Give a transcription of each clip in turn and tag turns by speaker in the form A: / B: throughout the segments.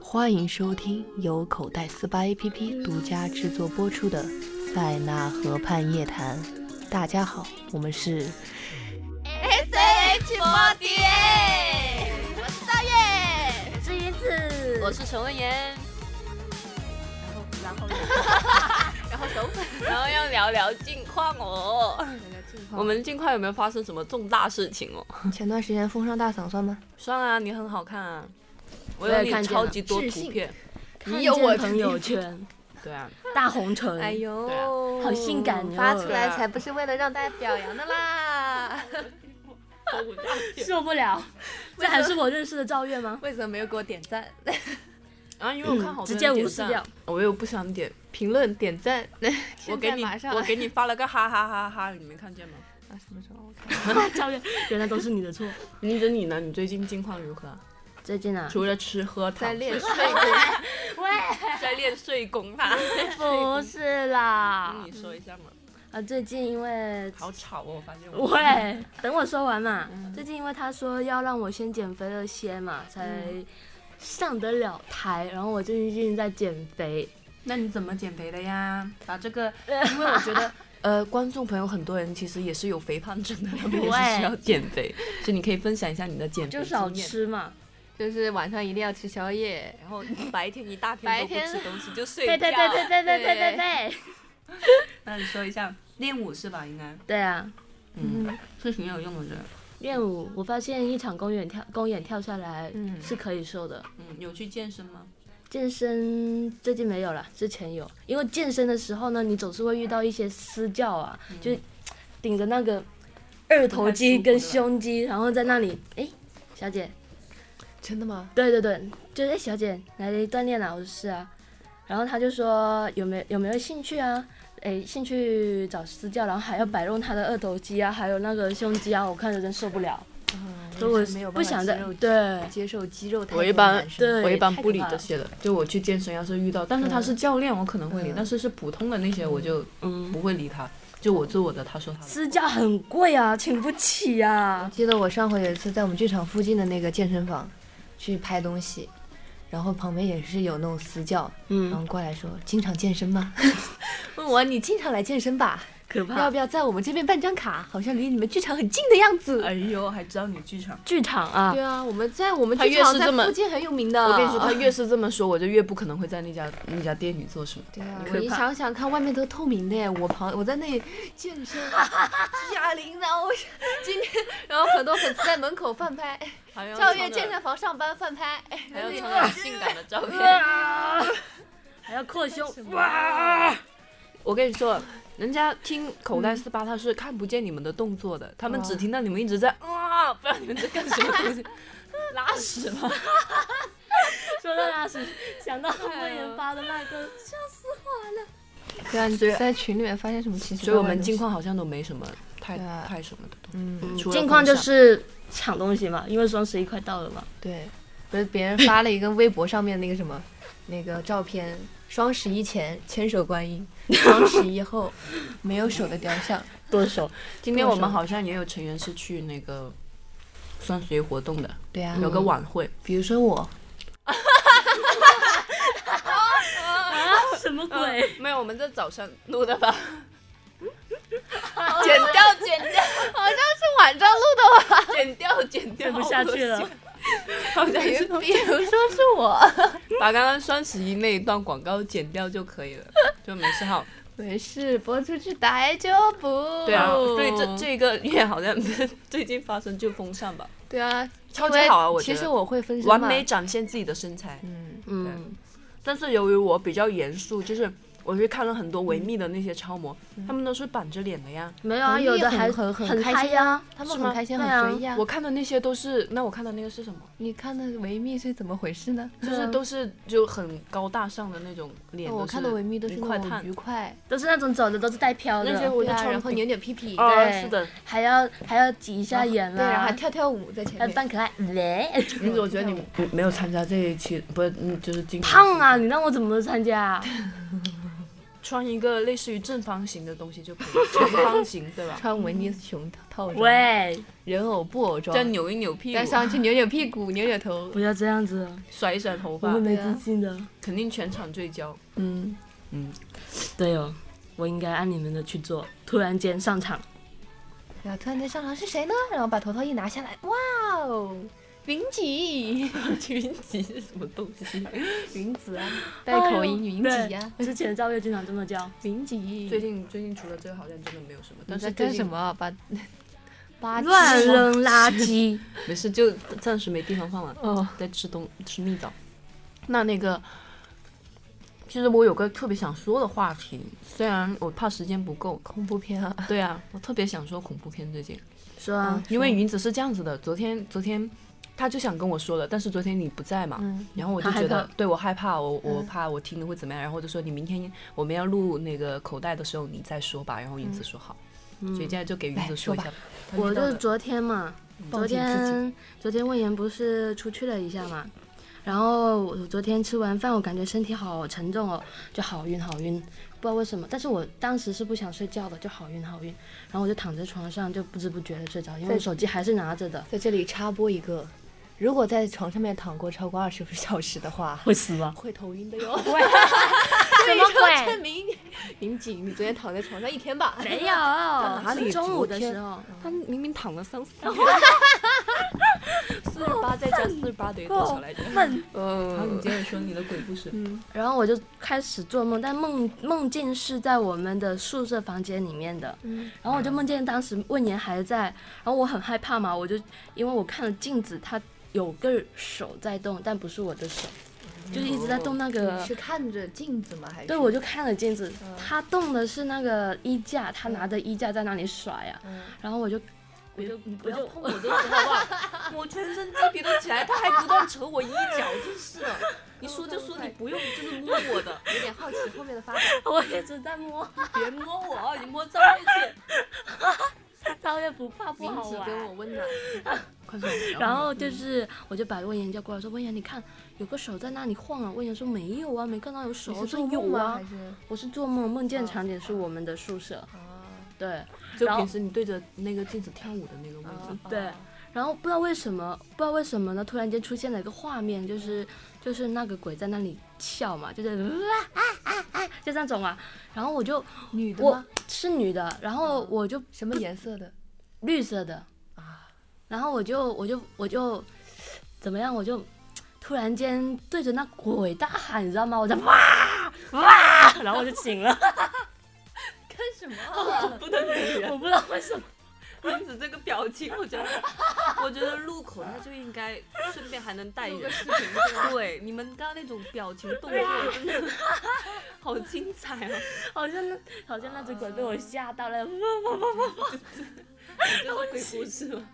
A: 欢迎收听由口袋四八 APP 独家制作播出的《塞纳河畔夜谈》。大家好，我们是
B: S A H 八 D A，我是大月，
C: 我是云子，
D: 我是陈文妍，
C: 然后
B: 然后走，
D: 然后要聊聊近况哦。我们近况有没有发生什么重大事情哦？
A: 前段时间风上大嗓算吗？
D: 算啊，你很好看啊，我
C: 我也
D: 有你
C: 看见
D: 超
C: 了
D: 级多
A: 自
D: 图
A: 信
D: 片。
C: 看
B: 有我
C: 见
B: 的
C: 朋友圈，
D: 对啊，
C: 大红唇，
D: 哎呦，
B: 对啊
C: 好性感哟，
B: 发出来才不是为了让大家表扬的啦！
C: 受不了， 这还是我认识的赵月吗？
B: 为什么没有给我点赞？
D: 然后因为我看好多人
C: 直接
D: 点
C: 无视
D: 赞哦
C: 掉，
D: 我又不想点评论点赞，我给
B: 现在
D: 你
B: 马上
D: 我
A: 啊
D: 给你发了个哈哈哈哈，你没看见吗？
B: 啊，什么时候？
C: 赵月，原来都是你的错。
D: 林子你呢？你最近近况如何？
C: 最近啊，
D: 除了吃喝躺，
B: 在练
D: 睡
C: 喂，
D: 在练睡功 吧。
C: 不是啦
D: 那，你说一下嘛。
C: 啊，最近因为
D: 好吵哦，我发现我。
C: 喂，等我说完嘛。最近因为他说要让我先减肥了些嘛，才上得了台。然后我最近在减肥，
D: 那你怎么减肥的呀？把这 个，因为我觉得，呃，观众朋友很多人其实也是有肥胖症的，他们也是需要减肥，所以你可以分享一下你的减肥
C: 就少
D: 经验。
C: 吃嘛。
B: 就是晚上一定要吃宵夜，
D: 然后白天一大天都不
B: 白天
D: 吃东西就睡觉。
C: 对对对对对对对对
B: 对
C: 对，
D: 那你说一下练舞是吧？应该
C: 对啊。
D: 嗯，是挺有用的这个。
C: 练舞，我发现一场公园跳公园跳下来
D: 嗯
C: 是可以瘦的。
D: 嗯，有去健身吗？
C: 健身最近没有了，之前有，因为健身的时候呢，你总是会遇到一些私教啊，
B: 嗯
C: 就是顶着那个二头肌跟胸肌，然后在那里，哎，小姐，
A: 真的吗？
C: 对对对，就是哎，小姐来锻炼啦，我说是啊，然后他就说有没有有没有兴趣啊？哎，兴趣找私教，然后还要摆弄他的二头肌啊，还有那个胸肌啊，我看着真受不了，
A: 嗯
C: 所以
B: 嗯没有
C: 我
B: 办法
C: 不想再
B: 肌肉
C: 对。
B: 接受肌肉太
D: 我
B: 多
D: 一
B: 的
D: 般
B: 男生
C: 对
D: 我一般不理
C: 太可怕
D: 这
C: 了
D: 些的，就我去健身，要是遇到，但是他是教练，我可能会理，但是是普通的那些，我就不会理他，就我做我的，他说他的。
C: 私教很贵啊，请不起啊。
A: 记得我上回有一次在我们剧场附近的那个健身房去拍东西，然后旁边也是有那种私教，然
C: 嗯，
A: 后过来说：“经常健身吗？” 问我：“你经常来健身吧？
C: 可
A: 要不要在我们这边办张卡？好像离你们剧场很近的样 子。”
D: 哎呦，还知道你剧场。
C: 剧场啊
A: 对，啊，我们在我们
D: 他
A: 剧
D: 越
A: 场
D: 是
A: 在
D: 这么
A: 附近很有名的。
D: 我跟你说，他 越是这么说，我就越不可能会在那家那家店里做什么。
A: 对啊，
C: 可
A: 你
C: 怕
A: 想想看，外面都透明的耶，呃我旁我在那健身， 哑铃呢，我今天，然后很多粉丝在门口翻拍，
D: 还要
B: 赵月健身房上班翻拍，
D: 还要穿点性感的照 片。
C: 啊，还要扩 胸哇！
D: 我跟你说，人家听口袋四八，他是看不见你们的动作的，他们只听到你们一直在啊，不知道你们在干什么东西， 拉屎吗？
C: 说到那时， 想到他们研发的那个，笑死我了。
A: 对啊，你在群里面发现什么奇奇
D: 所以我们近况好像都没什么太
A: 对啊
D: 太什么的东西。
A: 嗯，
D: 除了
C: 近况就
D: 风扇
C: 是抢东西嘛，因为双十一快到了嘛。
A: 对，不是别人发了一个微博上面那个什么那个照片，双十一前千手观音，双十一后没有手的雕像，
C: 剁手，
D: 今天我们好像也有成员是去那个双十一活动的，
A: 对啊，
D: 有个晚会。
A: 比如说我，
C: 啊什么鬼？
D: 没有，我们在早上录的 吧？
B: 剪掉剪掉，好像是晚上录的吧？
D: 剪掉，剪掉，
C: 咽不下去 了。
D: 好像是
B: 比如说 是我，
D: 把刚刚双十一那一段广告剪掉就可以了，就没事哈。
B: 没事，播出去大丈夫。
D: 对啊，所以这这个月好像 最近发生就风扇吧，
B: 对啊，
D: 超级好啊，
A: 因为
D: 我觉
A: 其
D: 得
A: 实我会分身
D: 完
A: 嘛
D: 美，展现自己的身材。
A: 嗯，
C: 嗯，
D: 但是由于我比较严肃，就是我去看了很多维密的那些超模，
A: 嗯
D: 他们都是板着脸的呀。
C: 没有啊，有的还
A: 很很
C: 很
A: 开
C: 嗨
A: 心
C: 呀。
A: 他们
D: 是吗
A: 很开心，
C: 对啊
A: 很随意啊
D: 我。看的那些都是，那我看的那个是什么？
A: 你看的维密是怎么回事呢？
D: 就是都是就很高大上的那种脸。
A: 哦我看的维密都是
D: 是快
A: 那种
D: 碳
A: 愉快，
C: 都是那种走的都是带飘
D: 那些
C: 的，
D: 我
A: 对
D: 就
A: 啊，
D: 超
A: 然后扭扭屁屁，
D: 啊，
C: 对
D: 是的，
C: 还要还要挤一下眼
A: 对，然后还
C: 啦，
A: 跳跳舞在前
C: 啊还
D: 哎
A: 面。
C: 扮可爱。喂，
D: 你我觉得你你没有嗯
A: 啊
D: 参加这一期，不是，嗯，就是今年
C: 胖啊！你让我怎么参加啊？
D: 穿一个类似于正方形的东西就可以，长方形对吧？
A: 穿维尼熊套装，
C: 喂，
A: 人偶布偶装
D: 再，扭一扭屁
A: 戴
D: 股，
A: 上去扭扭屁股，扭扭头
C: 不。要这样子哦，
D: 甩一甩头
C: 我
D: 发
C: 会，没
A: 对啊
C: 自信的。
D: 肯定全场最焦。
A: 嗯，
C: 对哦，我应该按你们的去做。突然间上场，
A: 然后突然间上场是谁呢？然后把头套一拿下来，哇哦，云 集，
D: 群集是什么东西？ 哎
A: 云子啊，带口音云集啊呀，
C: 哎对之前的赵月经常这么叫，
A: 云集。
D: 最近最近除了这个好像真的没有什么，但嗯
A: 你
D: 是
A: 在
D: 最
A: 干
D: 近
A: 什么啊？ 把八七
C: 乱
A: 吗
C: 扔垃圾。
D: 没事，就暂时没地方放了，
A: 哦，
D: 在吃东吃蜜枣。那那个，其实我有个特别想说的话题，虽然我怕时间不 够。
A: 恐怖片啊！
D: 对啊，我特别想说恐怖片最近，
C: 说啊，
D: 因为云子是这样子的，昨天昨天他就想跟我说了，但是昨天你不在嘛，
A: 嗯
D: 然后我就
C: 他害
D: 觉得
C: 怕
D: 对我害怕，我我
A: 嗯
D: 怕我听了会怎么样，然后我就说你明天我们要录那个口袋的时候你再说吧，然后云子说好，所以现在就给云
A: 来
D: 子
A: 说
D: 一下
A: 吧
D: 嗯哎吧，
C: 我就是昨天嘛，昨天昨天魏延不是出去了一下嘛，然后我昨天吃完饭，我感觉身体好沉重哦，就好晕好晕，不知道为什么。但是我当时是不想睡觉的，就好晕好晕，然后我就躺在床上就不知不觉的睡着，因为
A: 在
C: 我手机还是拿着的，
A: 在这里插播一个，如果在床上面躺过超过二十个小时的话，
C: 会死吧？
A: 会头晕的哟。 什么 鬼？证明民警，你昨天躺在床上一天吧？
C: 没有，
D: 哪里
C: 是中午的
D: 昨天
C: 时候，
D: 他明明躺了三四 四十八再加四十八等于多少来着？嗯好，你
A: 嗯，
D: 接着说你的鬼故事。
C: 然后我就开始做梦，但梦梦境是在我们的宿舍房间里面的。
D: 嗯
C: 然后我就梦见当时问言还在，然后我很害怕嘛，我就因为我看了镜子，他有个手在动，但不是我的手，
D: 嗯
C: 就是一直在动那
D: 哦
C: 个。
A: 是看着镜子吗？还是
C: 对，我就看了镜子，
D: 嗯
C: 他动的是那个衣架，他拿着衣架在那里甩呀、
A: 嗯
C: 然后我就
D: 我就你不
C: 要
D: 碰我的手好不好？我全身鸡皮都起来，他还不断扯我衣角，真是 的。你说就说，你不用就是摸我的，
A: 有点好奇后面的发展。
C: 我一直在摸，
D: 别摸我，你摸赵月去。
C: 超越不怕不
A: 民
C: 好
A: 警
C: 玩
A: 给。我温暖，
D: 快说。
C: 然后就是，我就把温言叫过来，说：“温言，你看有个手在那里晃啊。”温言说：“没有啊，没看到有手。”我
A: 你是
C: 说
A: 做：“梦
C: 有
A: 吗？
C: 啊
A: 还，是嗯
C: 我是做梦，梦见场景是我们的宿舍。
A: 啊？
C: 对
D: 就
C: 然后
D: 平时你对着那个镜子跳舞的那个位置，
A: 哦
C: 对。然后不知道为什么，不知道为什么呢，突然间出现了一个画面，就是就是那个鬼在那里笑嘛，就是啊啊啊啊，就那种啊。然后我就
A: 女的
C: 我
A: 吗？哦
C: 是女的，然后我就
A: 什么颜 色的？
C: 绿色的
A: 啊，
C: 然后我就我就我就怎么样，我就突然间对着那鬼大喊，你知道吗？我在哇哇，然后我就醒了，
A: 干什么？
D: 不能理人。
C: 我不知道为什么。
D: 君子这个表情，我觉得， 我觉得入口他就应该顺便还能带人。对，你们刚刚那种表情动作真的好精彩啊！
C: 好像那好像那只鬼被我吓到了，
D: 你这是鬼故事吗？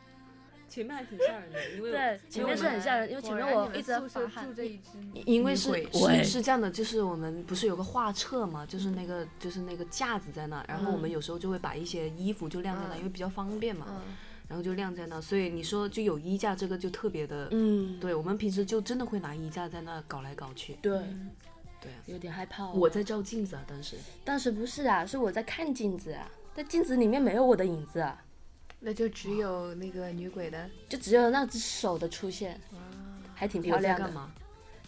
D: 前面还挺吓人的，因为
C: 对，前面是很吓人，因为前面我一直在
A: 宿
C: 发
A: 舍
C: 汗
A: 住。着一只
D: 因为是
A: 女鬼
C: 喂
D: 是是这样的，就是我们不是有个画册嘛，就是那个就是那个架子在那，然后我
C: 嗯
D: 们有时候就会把一些衣服就晾在那，
A: 嗯
D: 因为比较方便嘛，
A: 嗯，
D: 然后就晾在那，所以你说就有衣架这个就特别的，
C: 嗯，
D: 对我们平时就真的会拿衣架在那搞来搞去，
C: 对，
D: 对啊，
C: 有点害怕哦。
D: 我在照镜子啊，当时
C: 当时不是啊，是我在看镜子啊，在镜子里面没有我的影子啊，
A: 那就只有那个女鬼的。
C: 就只有那只手的出现，还挺漂
D: 我在
C: 亮的
D: 干。嘛？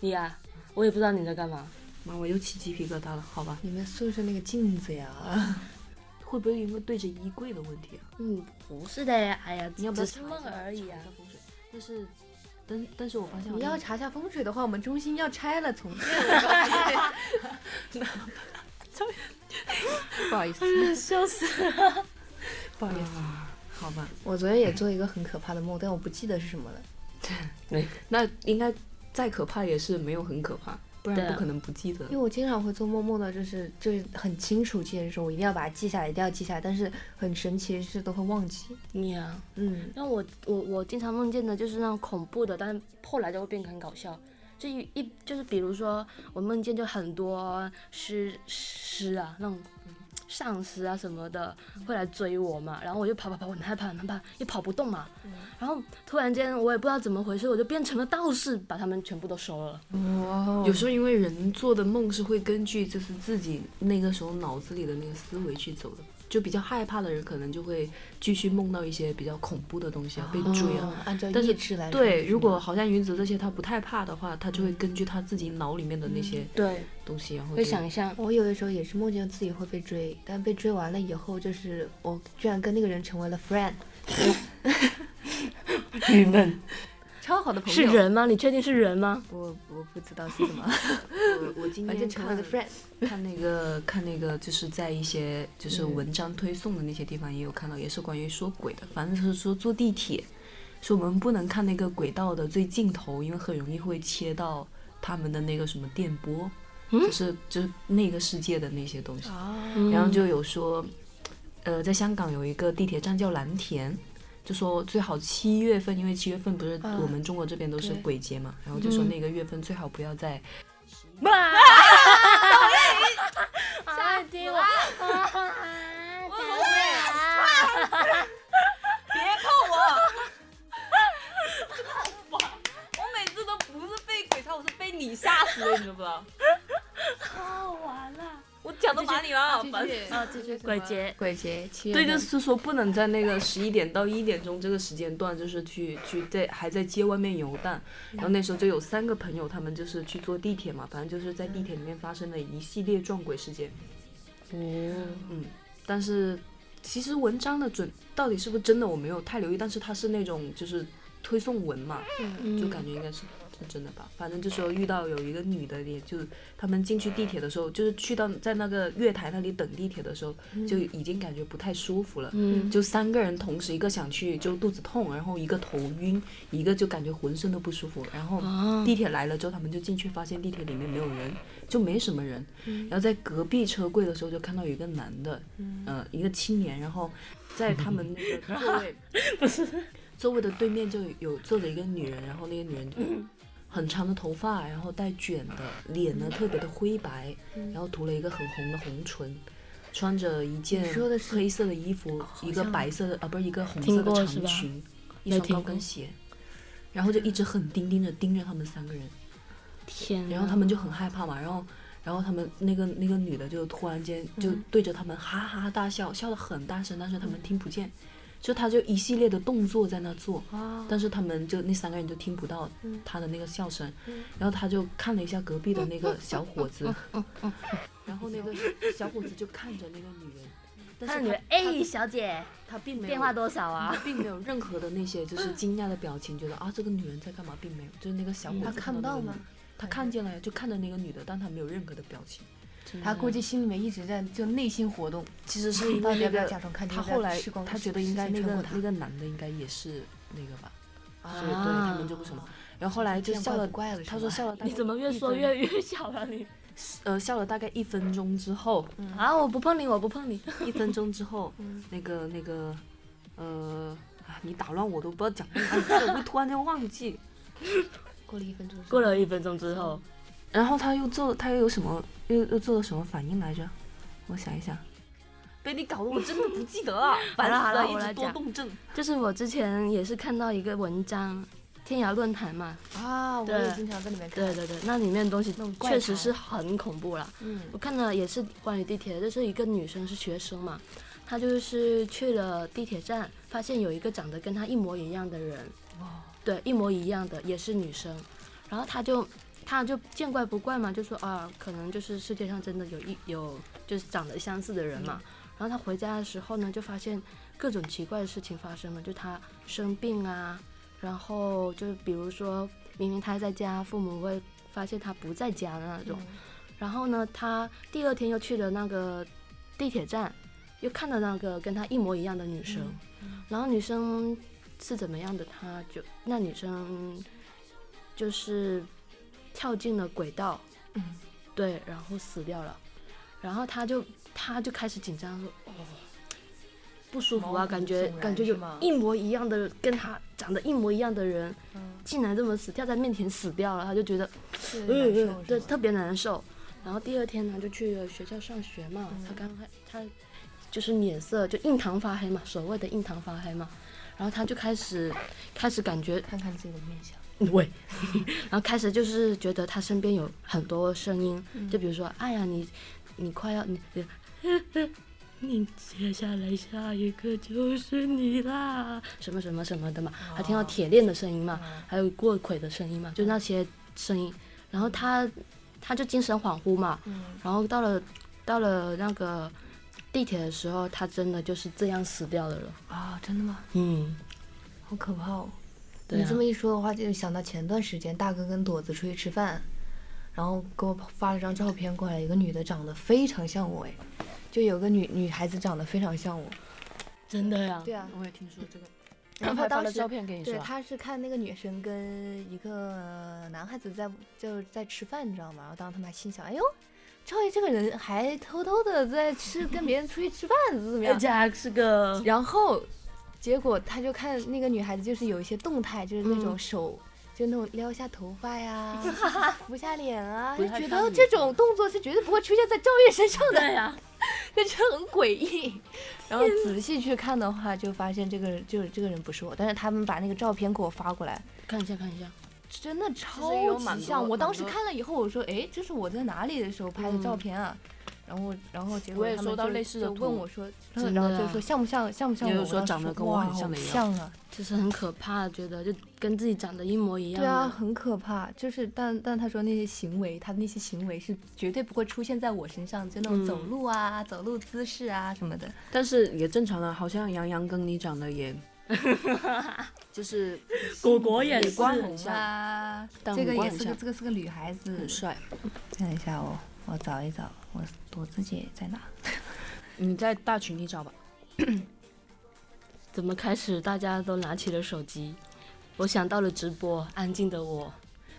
C: 你啊，我也不知道你在干嘛。
D: 妈，我又起鸡皮疙瘩了，好吧？
A: 你们宿舍那个镜子呀，
D: 会不会因为对着衣柜的问题啊？
C: 嗯，不是的，哎呀，
D: 你要不要
C: 只是
D: 查一
C: 梦
D: 下
C: 而已
D: 查一。
C: 啊
D: 下风水但是，但但是我发现好
A: 你
D: 像
A: 要查一下风水的话，我们中心要拆了，重建了。 不好意 思，
C: 笑死！
D: 不好意思，啊好 吧？
A: 我昨天也做一个很可怕的梦，但我不记得是什么了。
D: 那应该再可怕也是没有很可怕，不
C: 对
D: 然
C: 啊
D: 不可能不记得
A: 因为。我经常会做梦，梦到就是就是很清楚这件事，我一定要把它记下来，一定要记下来。但是很神奇的是都会忘记。
C: 你啊，
A: 嗯，
C: 那我我我经常梦见的就是那种恐怖的，但是后来就会变成搞笑。就一一呃就是比如说，我梦见就很多尸尸啊，那种上司啊什么的会来追我嘛，然后我就跑跑跑，我很害怕很害怕，也跑不动嘛。然后突然间我也不知道怎么回事，我就变成了道士，把他们全部都收了。
A: 哇
D: 有时候因为人做的梦是会根据就是自己那个时候脑子里的那个思维去走的，就比较害怕的人可能就会继续梦到一些比较恐怖的东西
A: 哦
D: 啊，被追啊。
A: 按照
D: 但是
A: 意志来说
D: 对，
A: 是
D: 如果
A: 吗
D: 好像云子这些他不太怕的话，他就会根据他自己脑里面的那
A: 嗯
D: 些
C: 对，
D: 东西，然后
C: 会
D: 就
C: 想象，
A: 我有的时候也是梦见自己会被追，但被追完了以后，就是我居然跟那个人成为了 friend，
C: 郁闷。
A: 超好的朋友。
C: 是，人吗？你确定是人吗？
A: 我我不知道是 什么，
D: 我我今
A: 反
D: 天
A: 正成为
D: 看
A: 了 friend。
D: 看那个看那个，就是在一些就是文章推送的那些地方也有看到，也是关于说鬼的，反正就是说坐地铁，说我们不能看那个轨道的最尽头，因为很容易会切到他们的那个什么电波，就是就是那个世界的那些东西。
A: 哦，
C: 嗯
D: 然后就有说，呃，在香港有一个地铁站叫蓝田，就说最好七月份，因为七月份不是
A: 啊
D: 我们中国这边都是
A: 对
D: 鬼节嘛，然后就说
C: 嗯
D: 那个月份最好不要在
C: 吓死我！
B: 我好美啊！
D: 别碰我！我每次都不是被鬼吓，我是被你吓死的，你知不知道？
C: 好玩了。
D: 我讲到哪里了？烦死！
A: 啊，这是
C: 鬼节
A: 鬼节七月
D: 对，
A: 份。
D: 就是说不能在那个十一点到一点钟这个时间段，就是去去在还在街外面游荡。然后那时候就有三个朋友，他们就是去坐地铁嘛，反正就是在地铁里面发生了一系列撞鬼事件。
C: 哦，
D: 嗯，但是其实文章的准到底是不是真的，我没有太留意，但是它是那种就是推送文嘛，就感觉应该是是真的吧。反正就说遇到有一个女的，也就他们进去地铁的时候，就是去到在那个月台那里等地铁的时候，就已经感觉不太舒服了。
C: 嗯
D: 就三个人同时一个想去就肚子痛，然后一个头晕，一个就感觉浑身都不舒服。然后
C: 啊
D: 地铁来了之后，他们就进去发现地铁里面没有人，就没什么人。然后在隔壁车柜的时候就看到有一个男的，呃，一个青年，然后在他们那个座位不是座位的对面就有坐着一个女人，然后那个女人就很长的头发，然后带卷的，脸呢特别的灰白，然后涂了一个很红的红唇，穿着一件
A: 你说的是
D: 黑色的衣服，
A: 好
D: 一个
A: 像
D: 白色的啊不是一个红
C: 听
D: 色的
C: 过是
D: 长
C: 吧
D: 裙，一
C: 没
D: 双
C: 听
D: 高
C: 过
D: 跟鞋，然后就一直很盯盯着盯着他们三个人，
C: 天哪，
D: 然后他们就很害怕嘛，然后。然后他们那个那个女的就突然间
A: 嗯
D: 就对着他们哈哈大笑，笑得很大声，但是他们听不见，就她就一系列的动作在那做，
A: 哦，嗯
D: 但是他们就那三个人就听不到他的那个笑声，然后他就看了一下隔壁的那个小伙 子，然后那个小伙子就看着那个女 人，
C: 他
D: 但
C: 女
D: 是
C: 儿，哎，小姐，
D: 他并没有
C: 电话多少啊？
D: 他并没有任何的那些就是惊讶的表情，觉得啊这个女人在干嘛，并没有，就是那个小伙子
A: 他看不
D: 那
A: 到
D: 个女
A: 吗
D: 人？他看见了，就看着那个女的，但他没有任何的表情。
A: 他估计心里面一直在就内心活动，
D: 其实 是因
A: 到
D: 为
A: 底要
D: 那
A: 不要
D: 个
A: 假装看见
D: 他后来
A: 吃光
D: 他觉得应该那
A: 吃光
D: 个
A: 他
D: 那个男的应该也是那个吧，所以对
C: 啊
D: 他们就不什么。然后后来就
A: 这样
D: 笑
A: 怪
D: 了，
A: 不怪了是
D: 他说
A: 吧
D: 笑了大概一分，
C: 你怎么越说越越小了你？
D: 呃笑了大概一分钟之后，
C: 啊，我不碰你，我不碰你。
D: 一分钟之 后，那个那个，呃，啊你打乱我都不知道讲什么，我会突然间忘记。
A: 过了一分钟，
C: 过了一分钟之后，
D: 然后他又做，他又有什么，又又做了什么反应来着？我想一想，被你搞得我真的不记得 了，烦
C: 好
D: 死
C: 了好了
D: 了，一
C: 我
D: 直
C: 来
D: 多
C: 讲
D: 动症。
C: 就是我之前也是看到一个文章，天涯论坛嘛，
A: 啊，我
C: 对
A: 也经常在里面看，
C: 对对对，那里面的东西
A: 那种怪
C: 确实
A: 谈
C: 是很恐怖啦。
A: 嗯，
C: 我看了也是关于地铁的，就是一个女生是学生嘛，她就是去了地铁站，发现有一个长得跟她一模一样的人，对，一模一样的也是女生，然后她就她就见怪不怪嘛，就说啊，可能就是世界上真的有一有就是长得相似的人嘛。然后她回家的时候呢，就发现各种奇怪的事情发生了，就她生病啊，然后就是比如说明明她在家，父母会发现她不在家的那种。然后呢，她第二天又去了那个地铁站，又看到那个跟她一模一样的女生，
A: 嗯
C: 然后女生是怎么样的，她就那女生就是跳进了轨道，
A: 嗯
C: 对，然后死掉了，然后她就她就开始紧张说，哦。不舒服
A: 毛
C: 啊，
A: 骨
C: 感觉
A: 悚然
C: 感觉
A: 是
C: 有
A: 吗
C: 一模一样的，跟她长得一模一样的人，
A: 嗯，
C: 竟然这么死，掉在面前死掉了，她就觉得
A: 是
C: 嗯
A: 难
C: 嗯，
A: 受
C: 对，
A: 是吗
C: 特别难受。然后第二天呢就去了学校上学嘛，他刚开他就是脸色就印堂发黑嘛，所谓的印堂发黑嘛，然后他就开始开始感觉
A: 看看自己的面相，
C: 喂，然后开始就是觉得他身边有很多声音，就比如说，哎呀，你你快要你你你接下来下一个就是你啦，什么什么什么的嘛，还听到铁链的声音嘛，还有过轨的声音嘛，就那些声音，然后他他就精神恍惚嘛，然后到了到了那个地铁的时候，他真的就是这样死掉的了，
A: 啊，真的吗？
C: 嗯，
A: 好可怕哦！
C: 对
A: 你
C: 啊
A: 这么一说的话，就想到前段时间大哥跟朵子出去吃饭，然后给我发了张照片过来，有个女的长得非常像我哎，就有个女女孩子长得非常像我，
C: 真的呀，
A: 对啊
C: 我也听说这个，
A: 然后
C: 还发
A: 当
C: 了
A: 时
C: 照片给你是
A: 对，
C: 吧？
A: 他是看那个女生跟一个男孩子在就是在吃饭，你知道吗？然后当时他们还心想，哎呦，赵毅这个人还偷偷的在吃，跟别人出去吃饭，怎么怎么样
C: 人？家是个
A: 然后结果他就看那个女孩子，就是有一些动态，就是那
C: 嗯
A: 种手。就那种撩下头发呀， 拂下脸啊，就
C: 太
A: 觉
C: 看
A: 得
C: 女
A: 这
C: 生
A: 种动作是绝对不会出现在赵月身上的。
C: 对呀、
A: 那就很诡异。然后仔细去看的话，就发现这个人就是这个人不是我，但是他们把那个照片给我发过来，
C: 看一下看一下，
A: 真的超
D: 实也有蛮
A: 级
D: 多
A: 像。我当
D: 蛮
A: 时
D: 多嗯
A: 看了以后，我说，哎，这是我在哪里的时候拍的照片啊？然后，然后结果
D: 我也
A: 他们
D: 收到
A: 就
D: 类似的
A: 就
D: 图
A: 问我说，
C: 真
A: 然后
C: 的
A: 就
C: 啊
A: 说像不像，像不像我？
D: 也有
A: 我
D: 说
A: 当时
D: 长得跟我
A: 哇
D: 很像的
A: 好
D: 一样
A: 像啊，
C: 就是很可怕，觉得就跟自己长得一模一样
A: 对
C: 的。
A: 啊，很可怕。就是，但但他说那些行为，他的那些行为是绝对不会出现在我身上，就那种
D: 嗯
A: 走路啊、走路姿势啊什么的。
D: 但是也正常啊，好像杨洋跟你长得也，就是
C: 果果也是
D: 光很像，
A: 啊，
D: 但
A: 这个
D: 五官
A: 也
D: 很
A: 是个
D: 像
A: 这个是个女孩子，
D: 很帅。
A: 看一下哦，我找一找，我我自己在哪？
D: 你在大群里找吧。
C: 怎么开始大家都拿起了手机？我想到了直播，安静的我，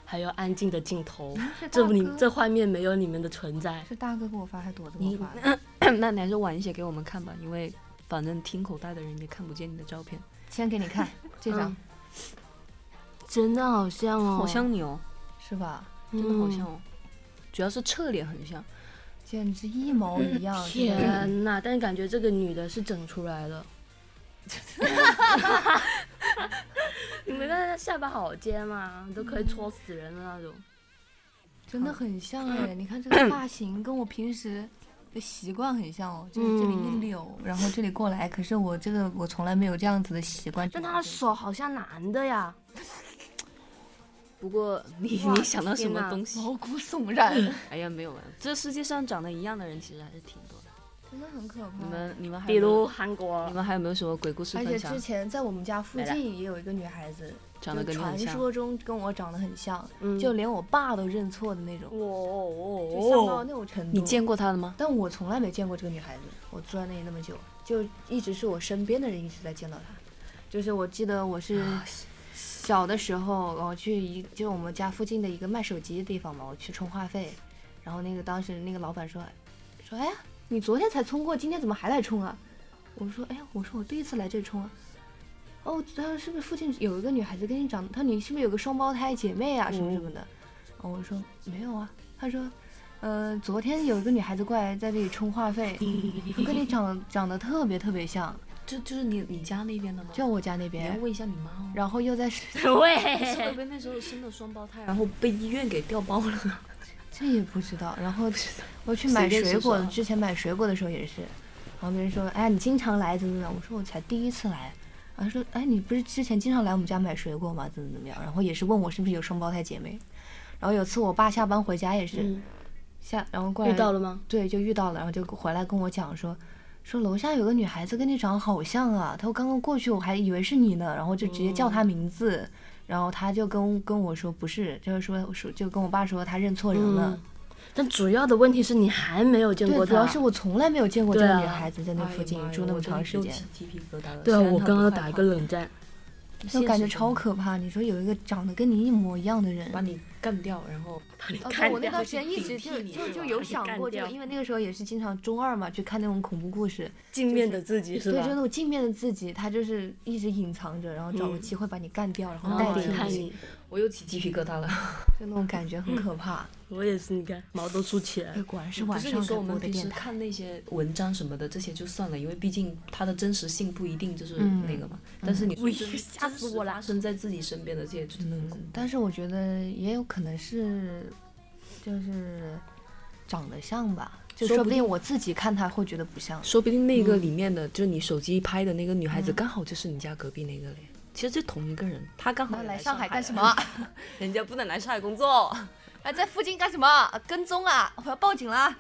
C: 还有安静的镜 头。这你这画面没有你们的存在，
A: 是大哥给我发还是朵子给我
D: 你
A: 发的？
D: 那你还是晚一些给我们看吧，因为反正听口袋的人也看不见你的照片。
A: 先给你 看这张
C: 嗯，真的好像哦，
D: 好像你哦，
A: 是吧？
C: 嗯
D: 真的好像哦，主要是侧脸很像。
A: 简直一毛一样！
C: 嗯。
A: 这个人
C: 天呐！但感觉这个女的是整出来 的。你们看她下巴好尖嘛，都可以戳死人的那种。
A: 真的很像 哎！你看这个发型跟我平时的习惯很像哦，就是这里一
C: 嗯
A: 绺，然后这里过来。可是我这个我从来没有这样子的习惯。
C: 但她的手好像男的呀。
D: 不 过你
C: 哇
D: 你想到什
C: 天
D: 么
C: 哪
D: 东西？
A: 毛骨悚然，
D: 哎呀，没有了。这世界上长得一样的人其实还是挺多的。
A: 真的很可
D: 你
A: 怕。
D: 们你们还
C: 比
D: 有没有
C: 如韩国
D: 你，们还有没有什么鬼故事
A: 而且
D: 分享
A: 之？前在我们家附
C: 没了
A: 近也有一个女孩子，
D: 长得
A: 就
D: 跟你
A: 传
D: 很像。
A: 说中跟我长得很像，
C: 嗯
A: 就连我爸都认错的那种，就像到
C: 哦哦哦，
A: 那种程度。
D: 你见过他的吗？
A: 但我从来没见过这个女孩子，我住在那里那么久，就一直是我身边的人一直在见到她。就是我记得我是小的时候，然后去一就是我们家附近的一个卖手机的地方嘛，我去充话费，然后那个当时那个老板说，说哎呀，你昨天才充过，今天怎么还来充啊？我说哎呀，我说我第一次来这充啊。哦，他说是不是附近有一个女孩子跟你长，他说你是不是有个双胞胎姐妹啊什么什么的？然哦后我说没有啊，他说呃，昨天有一个女孩子过来在这里充话费，跟你长长得特别特别像，
D: 就就是你你家那边的吗？
A: 就我家那
D: 你要
A: 边，
D: 问一下你妈哦。
A: 然后又在，
D: 是会
C: 喂，
D: 不会那时候生了双胞胎，然后被医院给调包了？
A: 这也不知道，然后我去
D: 随
A: 买
D: 便
A: 水
D: 说，
A: 果
D: 说
A: 之前买水果的时候也是，然后别人说，哎，你经常来怎么怎么样？我说我才第一次来。然后说，哎，你不是之前经常来我们家买水果吗？怎么怎么样？然后也是问我是不是有双胞胎姐妹。然后有次我爸下班回家也是、
C: 嗯
A: 下，然后过来
C: 遇到了吗？
A: 对，就遇到了，然后就回来跟我讲说，说楼下有个女孩子跟你长得好像啊，她说刚刚过去我还以为是你呢，然后就直接叫她名字，然后她就跟跟我说不是，就是说说就跟我爸说她认错人了
C: 嗯，，但主要的问题是你还没有见过
A: 对，
C: 他。
A: 主要是我从来没有见过这
C: 对
A: 个
C: 啊
A: 女孩
D: 哎
A: 子在那附近住那么长时间，
D: 鸡皮疙瘩了。
C: 对啊，我刚刚打一个冷战。
A: 就感觉超可怕。你说有一个长得跟你一模一样的人，
D: 把你干掉，然后
A: 哦，对，
C: 干
A: 我那
C: 掉
A: 段时间一
D: 顶
A: 直就
D: 替你
A: 就是就
D: 吧
A: 有
C: 把你
A: 想
C: 干
A: 过，就
C: 掉
A: 因为那个时候也是经常中二嘛，去看那种恐怖故事，
C: 镜面的自己是
A: 对，
C: 吧
A: 就？那种镜面的自己，他就是一直隐藏着，然后找个
C: 嗯
A: 机会把你干掉，然
C: 然
A: 后
C: 后
A: 代替
C: 顶替
A: 哦你，嗯
C: 你，
D: 我又起鸡皮疙瘩了。
A: 就那种感觉很可怕。
C: 我也是，你看毛都竖起来
A: 哎
C: 了。
A: 果然是
D: 不
A: 晚
D: 是
A: 上
D: 你说
A: 敢
D: 我
A: 播
D: 们
A: 的
D: 平时
A: 电台。
D: 看那些文章什么的，这些就算了，因为毕竟它的真实性不一定就是
A: 嗯
D: 那个嘛。但是你说
C: 喂
D: 真
C: 吓死我了
D: 真实发生在自己身边的这些，就真的很恐怖。
A: 但是我觉得也有可能是，就是长得像吧，就
D: 说
A: 说
D: 不
A: 不定我自己看他会觉得不像。
D: 说不定那个里面的，就是你手机拍的那个女孩子，刚好就是你家隔壁那个嘞。其实就同一个人，她刚好
A: 那
D: 也
A: 来
D: 上
A: 上海干什
D: 了？
A: 么？
D: 人家不能来上海工作。
B: 啊，在附近干什么？啊跟踪啊！我要报警啦！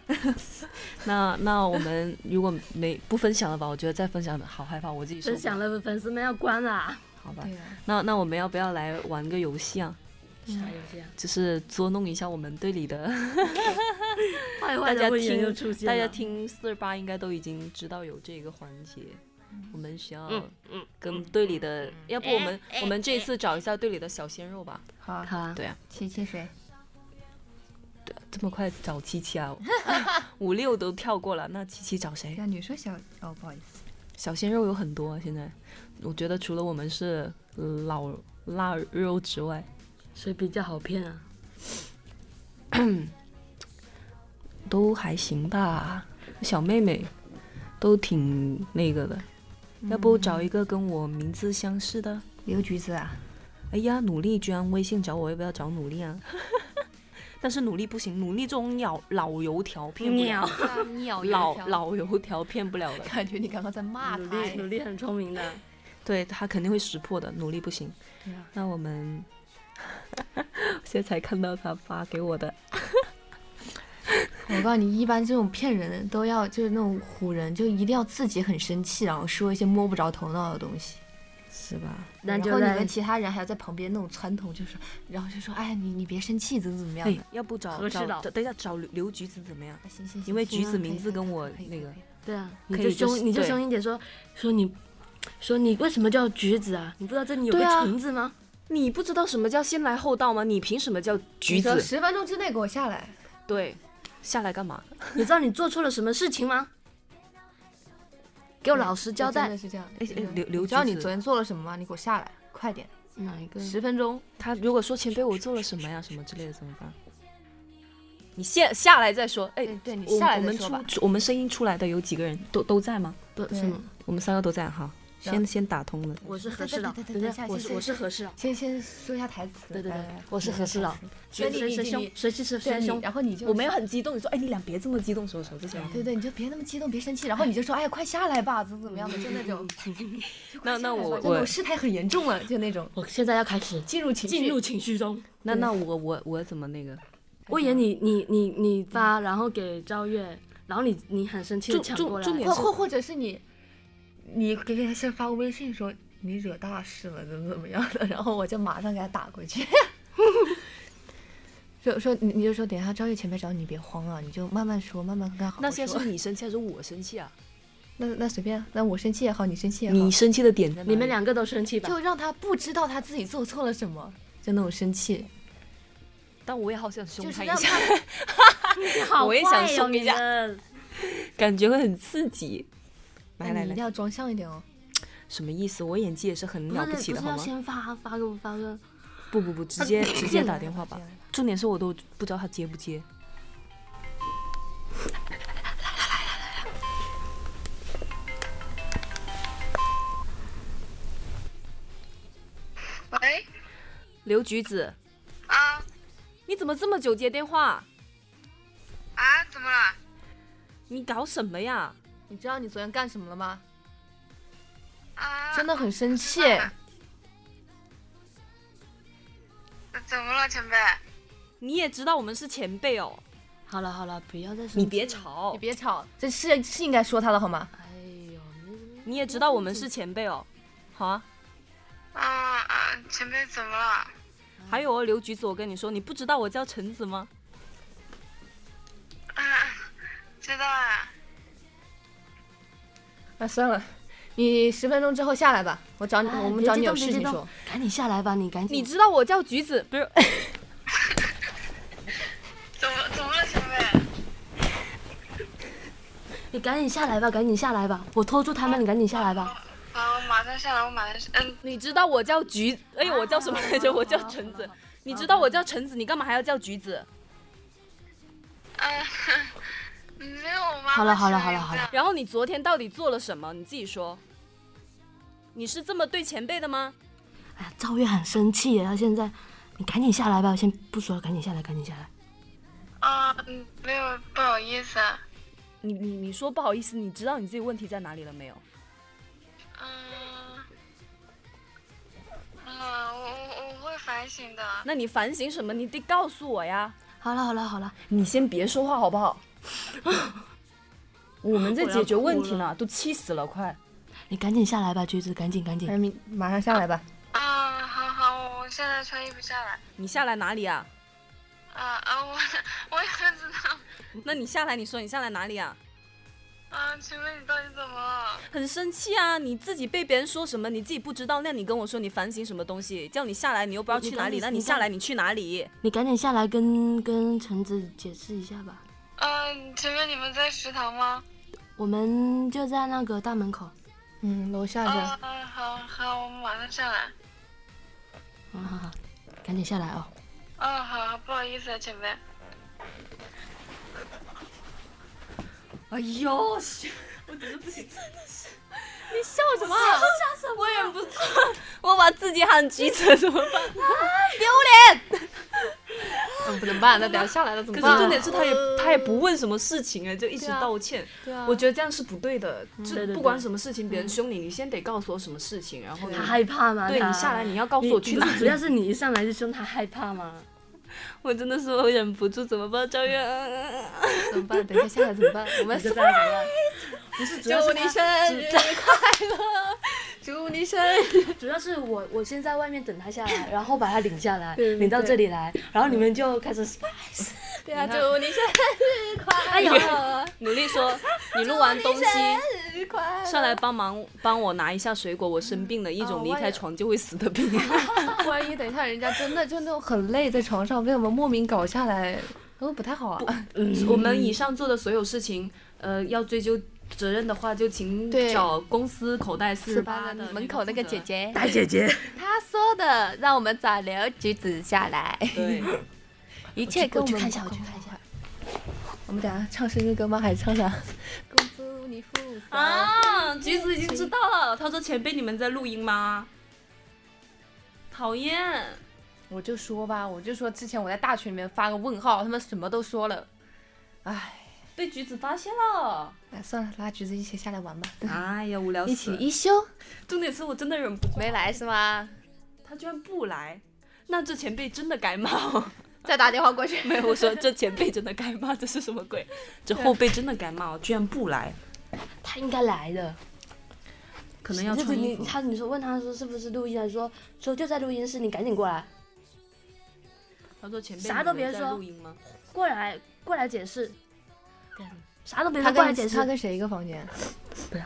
D: 那那我们如果没不分享了吧，我觉得再分享好害怕，我哎自己受不
C: 分享了，粉丝们要关了啊。
D: 好吧
A: 对。呀、
D: 那那我们要不要来玩个游戏啊？
C: 啥游戏啊？
D: 就是捉弄一下我们队里的
C: 坏
D: 大
C: 坏
D: 家
C: 的问言又出
D: 听，
C: 现
D: 大家
C: 了
D: 听四十八应该都已经知道有这个环节。我们需要跟队里的，要不我们我们这一次找一下队里的小鲜肉吧？
A: 好啊，
C: 好啊，
D: 对啊，
A: 七七谁？
D: 对啊，这么快找七七啊？ 五六都跳过了，那七七找谁？
A: 呀，你说小哦，不好意思，
D: 小鲜肉有很多啊，现在我觉得除了我们是老腊肉之外，
C: 谁比较好骗啊？
D: 都还行吧。小妹妹都挺那个的，要不找一个跟我名字相似的？
A: 刘橘子啊，
D: 哎呀，努力居然微信找我，要不要找努力啊？ 但是努力不行，努力这种老老油条骗不了，
B: 鸟
C: 鸟，
D: 嗯老老油条骗不 了的。
A: 感觉你刚刚在骂
C: 努
A: 他
C: 力努
A: 哎。
C: 力很聪明的。
D: 对他肯定会识破的，努力不行。
A: 对啊
D: 那我们 现在才看到他发给我的，
A: 我告诉你，一般这种骗人都要就是那种唬人，就一定要自己很生气，然后说一些摸不着头脑的东西。
D: 是吧？
C: 那
A: 然
C: 就
A: 后你
C: 来
A: 们其他人还要在旁边那种撺掇，就是，然后就说，哎，你你别生气，怎么怎么样
D: 哎
A: 的。，
D: 要不找
C: 合适
D: 找
C: 的
D: 找等一下找刘刘橘子怎么样？
A: 啊行行行，
D: 因为
A: 行
D: 橘
A: 啊
D: 子
A: 可以
D: 名字
A: 可以
D: 跟
A: 可以
D: 我
A: 可以
D: 那
A: 可
D: 个
A: 以
C: 对啊，
D: 可
C: 你
D: 以
C: 就
D: 就是
C: 凶，你就
D: 对
C: 凶一点说，说你，说你为什么叫橘子啊？你不知道这里有
D: 对
C: 个
D: 啊
C: 橙子吗？
D: 你不知道什么叫先来后到吗？你凭什么叫橘
A: 你说
D: 子？
A: 十分钟之内给我下来。
D: 对，下来干嘛？
C: 你知道你做错了什么事情吗？给我老实交
A: 真
C: 代
A: 的。是这样。
D: 哎
A: 真
D: 哎
A: 的
D: 刘刘
A: 你知道
D: 橘
A: 你
D: 子
A: 昨天做了什么吗？你给我下来，快点，
C: 哪一个
A: 十分钟。
D: 他如果说前辈我做了什么呀什么之类的怎么办？你先下来再说。哎
A: 对，对，你
D: 我
A: 下来
D: 我
A: 再
D: 们
A: 说吧
D: 出。出我们声音出来的有几个人都都在吗？
C: 不
A: 对
C: 什么？
D: 我们三个都在哈。
A: 然
D: 先先打通了。
C: 我是合
A: 对
C: 适
A: 对
C: 的，
A: 对对
C: 等
A: 对
C: 一
A: 下
C: 下，我
A: 先
C: 是我是合适的。
A: 先先说一下台词。
C: 对对对
A: 来来来
C: 我是合适的
A: 台词
C: 谁
A: 你
C: 谁
A: 你
C: 谁
A: 你
C: 凶
A: 你，
C: 谁是谁
A: 对啊
C: 谁
A: 你
C: 凶？
A: 然后你就
D: 我没有很激动，你说哎你俩别这么激动，手手这些。
A: 对对，你就别那么激动，别生气，然后你就说，哎呀，快下来吧，怎么怎么样的，就那 种。就快
D: 那那
A: 下来吧
D: 我
A: 就那
D: 我
A: 种失态很严重啊了，就那种
C: 我现在要开始
A: 进入情绪。
C: 进入情绪中。
D: 那那我我我怎么那个？
C: 魏延，你你你你发，然后给赵月，然后你你很生气的
D: 重
C: 抢
D: 重
C: 过来
D: 重，点
A: 或或或者是你，你给给他先发个微信说你惹大事了，怎么怎么样的，然后我就马上给他打过去。 说说你你就说等一下赵月前辈找你，你别慌啊，你就慢慢说，慢慢跟他好好
D: 那现在
A: 说
D: 是你生气还是我生气啊？
A: 那那随便，那我生气也好，你生气也好，
D: 你生气的点在哪里？
C: 你们两个都生气吧？
A: 就让他不知道他自己做错了什么，就那种生气，
D: 但我也好想凶
A: 就是
D: 他一
A: 让
D: 下，
A: 他
C: 好
D: 我也想
C: 坏哦
D: 凶一下
C: 你们
D: 感觉会很刺激。
A: 那
D: 来来
A: 你一定
D: 来，
A: 要装像一点哦。
D: 什么意思？我演技也是很了
C: 不是
D: 起的，
C: 不
D: 好
C: 是要
D: 吗？
C: 先发发个发个？
D: 不不不，直接直接打电话吧
A: 这样。
D: 重点是我都不知道他接不接。
E: 喂，
D: 刘橘子，
E: 啊
D: 你怎么这么久接电话？
E: 啊，怎么了？
D: 你搞什么呀？
A: 你知道你昨天干什么了吗？
E: 啊，
A: 真的很生 气，
E: 怎么了，前辈？
D: 你也知道我们是前辈哦，
C: 好了好了，不要再生气
D: 你别。吵
A: 你。别吵，这是是应该说他了好吗？
C: 哎呦，没
D: 你也知道我们是前辈哦，好啊。
E: 啊啊，前辈怎么了？
D: 还有哦，刘橘子，我跟你说，你不知道我叫橙子吗？
E: 啊，知道了。
A: 那哎算了，你十分钟之后下来吧，我找你，
C: 哎
A: 我们
C: 别
A: 找
C: 激
A: 你有
C: 动别
A: 事
C: 激
A: 情
C: 动
A: 说。
C: 赶紧下来吧，你赶紧。
D: 你知道我叫橘子，不是？
E: 怎么怎么了，前辈？
C: 你赶紧下来吧，赶紧下来吧，我拖住他们，你赶紧下来吧。
E: 啊好，我马上下来，我马上下。嗯，
D: 你知道我叫橘？
C: 啊
D: 哎呦，我叫什么来着？我叫橙子。你知道我叫橙子，你干嘛还要叫橘子？
E: 嗯，你这个我妈妈
A: 好了好了
E: 是
A: 好了
E: 这
A: 好了
E: 样
D: 然后你昨天到底做了什么？你自己说。你是这么对前辈的吗？
C: 哎呀，赵月很生气耶，他现在，你赶紧下来吧，我先不说，赶紧下来，赶紧下来。
E: 啊，嗯没有，不好意思啊。
D: 你你你说不好意思，你知道你自己问题在哪里了没有？
E: 嗯，嗯，我我我会反省的。
D: 那你反省什么？你得告诉我呀！
C: 好了好了好了，
D: 你先别说话好不 好？我们在解决问题呢，都气死了，快！
C: 你赶紧下来吧，橘子，赶紧赶紧。
A: 哎，明马上下来吧。
E: 啊，好好，我我现在穿衣服下来。
D: 你下来哪里啊？
E: 啊啊，我 我也不知道。
D: 那你下来，你说你下来哪里啊？
E: 啊，请问你到底怎么了？
D: 很生气啊！你自己被别人说什么，你自己不知道，那你跟我说你反省什么东西？叫你下来，你又不知道
C: 你
D: 去哪里，
C: 你
D: 那你下来你去哪里？
C: 你赶紧下来跟跟橙子解释一下吧。
E: 嗯，请问你们在食堂吗？
C: 我们就在那个大门口。
A: 嗯，楼下
E: 啊
A: 着。，
E: 好好，我马上下来。
C: 嗯，好好，赶紧下来哦。
E: 啊，好，好不好意思啊，前辈。
D: 哎呦，我真的不行，真的是，你笑什么？笑什么？我忍不住，我把自己喊急诊怎么办？
A: 嗯，不能办，那等下下来了怎
D: 可
A: 么
D: 是
A: 办？
D: 重点是他也他也不问什么事情哎，就一直道歉。
A: 对啊，
D: 我觉得这样是不对的，
C: 对
D: 就
C: 对
D: 不管什么事情，别人凶你，你先得告诉我什么事情，然后
C: 他害怕吗？
D: 对
C: 他
D: 你下来，你要告诉我去哪
C: 你不是主
D: 里。
C: 要是你一上来就凶他害怕吗？
D: 我真的是我忍不住，怎么办？ 赵月，嗯
A: 怎么办？等一下下来怎么办？我们
C: 你就这样子吧。不是，主要是他
A: 生日快 乐，祝你生日。
C: 主要是我我先在外面等他下来，然后把他领下来，
A: 对
C: 领到
A: 对
C: 这里来，然后你们就开始 surprise。
A: 对啊，祝你生日快乐，
D: 努力说，你录完东西
A: 生日快乐。
D: 上来帮忙帮我拿一下水果，我生病了一种
A: 哦
D: 离
A: 我
D: 开
A: 也
D: 床就会死的病。
A: 万一等一下人家真的就那种很累，在床上被我们莫名搞下来，然后不太好啊。
D: 嗯我们以上做的所有事情，呃，要追究责任的话，就请
A: 对
D: 找公司口袋 四十八的
A: 门口那个姐。姐，
C: 大 姐姐，
A: 她说的，让我们早留橘子下来，
D: 对，
A: 一切跟
C: 我去
A: 们
C: 看一下，
A: 无
C: 我去
A: 关
C: 看一下。
A: 我们等下唱生日歌吗？还是 唱啥？恭祝你富啊！
D: 啊，橘子已经知道了。他说：“前辈，你们在录音吗？”讨厌，
A: 我就说吧，我就说之前我在大群里面发个问号，他们什么都说了，唉，
D: 被橘子发现了。
A: 哎算了，拉橘子一起下来玩吧，
D: 哎呀，无聊
A: 一
D: 死
A: 起
D: 了。
A: 一休。
D: 重点是我真的忍不住，
A: 没来是吗？
D: 他居然不来。那这前辈真的感冒？
A: 再打电话 过去。
D: 没有，我说这前辈真的感冒，这是什么鬼？这后辈真的感冒，居然不来，
C: 他应该来的，
D: 可能要
C: 那个
D: 穿衣
C: 你
D: 服。
C: 他你说问他说是不是录音，他说说就在录音室，你赶紧过来，
D: 他说前辈，
C: 啥都
D: 你们
C: 别
D: 在
C: 说
D: 录音吗？
C: 过来过来解释，啥都别
A: 他
C: 说，过来
A: 跟
C: 解释
A: 他。跟谁一个房间？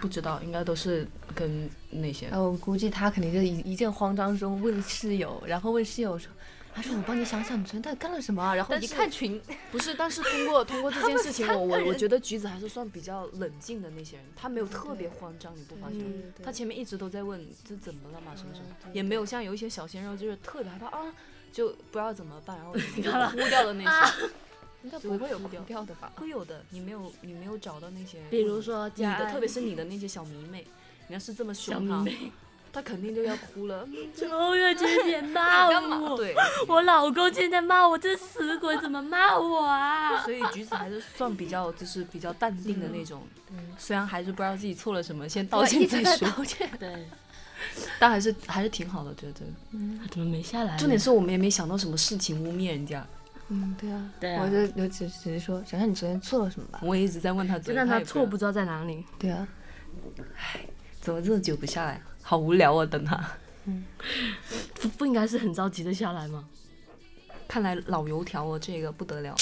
D: 不知道，应该都是跟那些。
A: 呃，我估计他肯定就一一阵慌张中问室友，然后问室友说：“他说我帮你想想，你昨天到底干了什么啊？”然后
D: 但
A: 一
D: 是
A: 看群，
D: 不是，但是通过通过这件事情，我我我觉得橘子还是算比较冷静的那些人，他没有特别慌张，你不发现吗？
A: 嗯对
D: 他前面一直都在问这怎么了嘛，什么什么，也没有像有一些小鲜肉就是特别害怕啊，就不知道怎么办，然后你就哭掉的那些，
A: 应该
D: 就
A: 不
D: 会
A: 会有
D: 哭
A: 哭
D: 掉
A: 掉的吧？
D: 会有的。你没有你没有找到那些，
C: 比如说
D: 你
C: 家
D: 的，
C: 爱
D: 特别是你的那些小迷妹，你要是这么
C: 小
D: 凶
C: 迷
D: 他，
C: 妹，
D: 他肯定就要哭了。嗯
C: 周月之 前骂我，
D: 对，
C: 我老公今天骂我，这死鬼怎么骂我啊？
D: 所以橘子还是算比较就是比较淡定的那种，虽然还是不知道自己错了什么，先道歉再说。
C: 对，
D: 但还是还是挺好的，觉得。
C: 他怎么没下来呢？
D: 重点是我们也没想到什么事情污蔑人家，
A: 嗯，对啊，
C: 对啊
A: 我就我只只是说想想你昨天做了什么吧。
D: 我也一直在问他，
C: 就让他错不知道在哪里。
A: 对啊，
D: 怎么这么久不下来，好无聊啊！等他，
C: 不不应该是很着急的下来吗？
D: 看来老油条哦，这个不得了。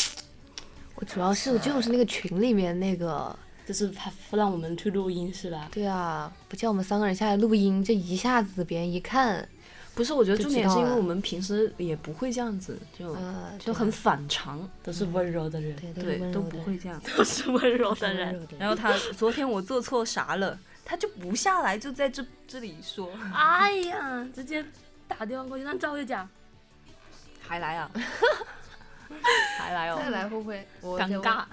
A: 我主要是就是那个群里面那个，
C: 就是他不让我们去录音是吧？
A: 对啊，不叫我们三个人下来录音，这一下子别人一看，
D: 不是，我觉得
A: 就
D: 重
A: 知
D: 点
A: 道
D: 是因为
A: 了
D: 我们平时也不会这样子，就、
A: 呃，
D: 就很反常，
C: 都是温柔的人，
A: 对都
D: 对
A: 是温，
D: 都
A: 柔
D: 不
A: 的
D: 会这样。
C: 都是温柔的
A: 温
C: 人。
A: 柔的
D: 然后他昨天我做错啥了，他就不下来，就在这这里说，
C: 哎呀，直接打电话过去让赵月讲，
D: 还来啊？还来哦，
A: 再来会不会我
D: 尴尬？。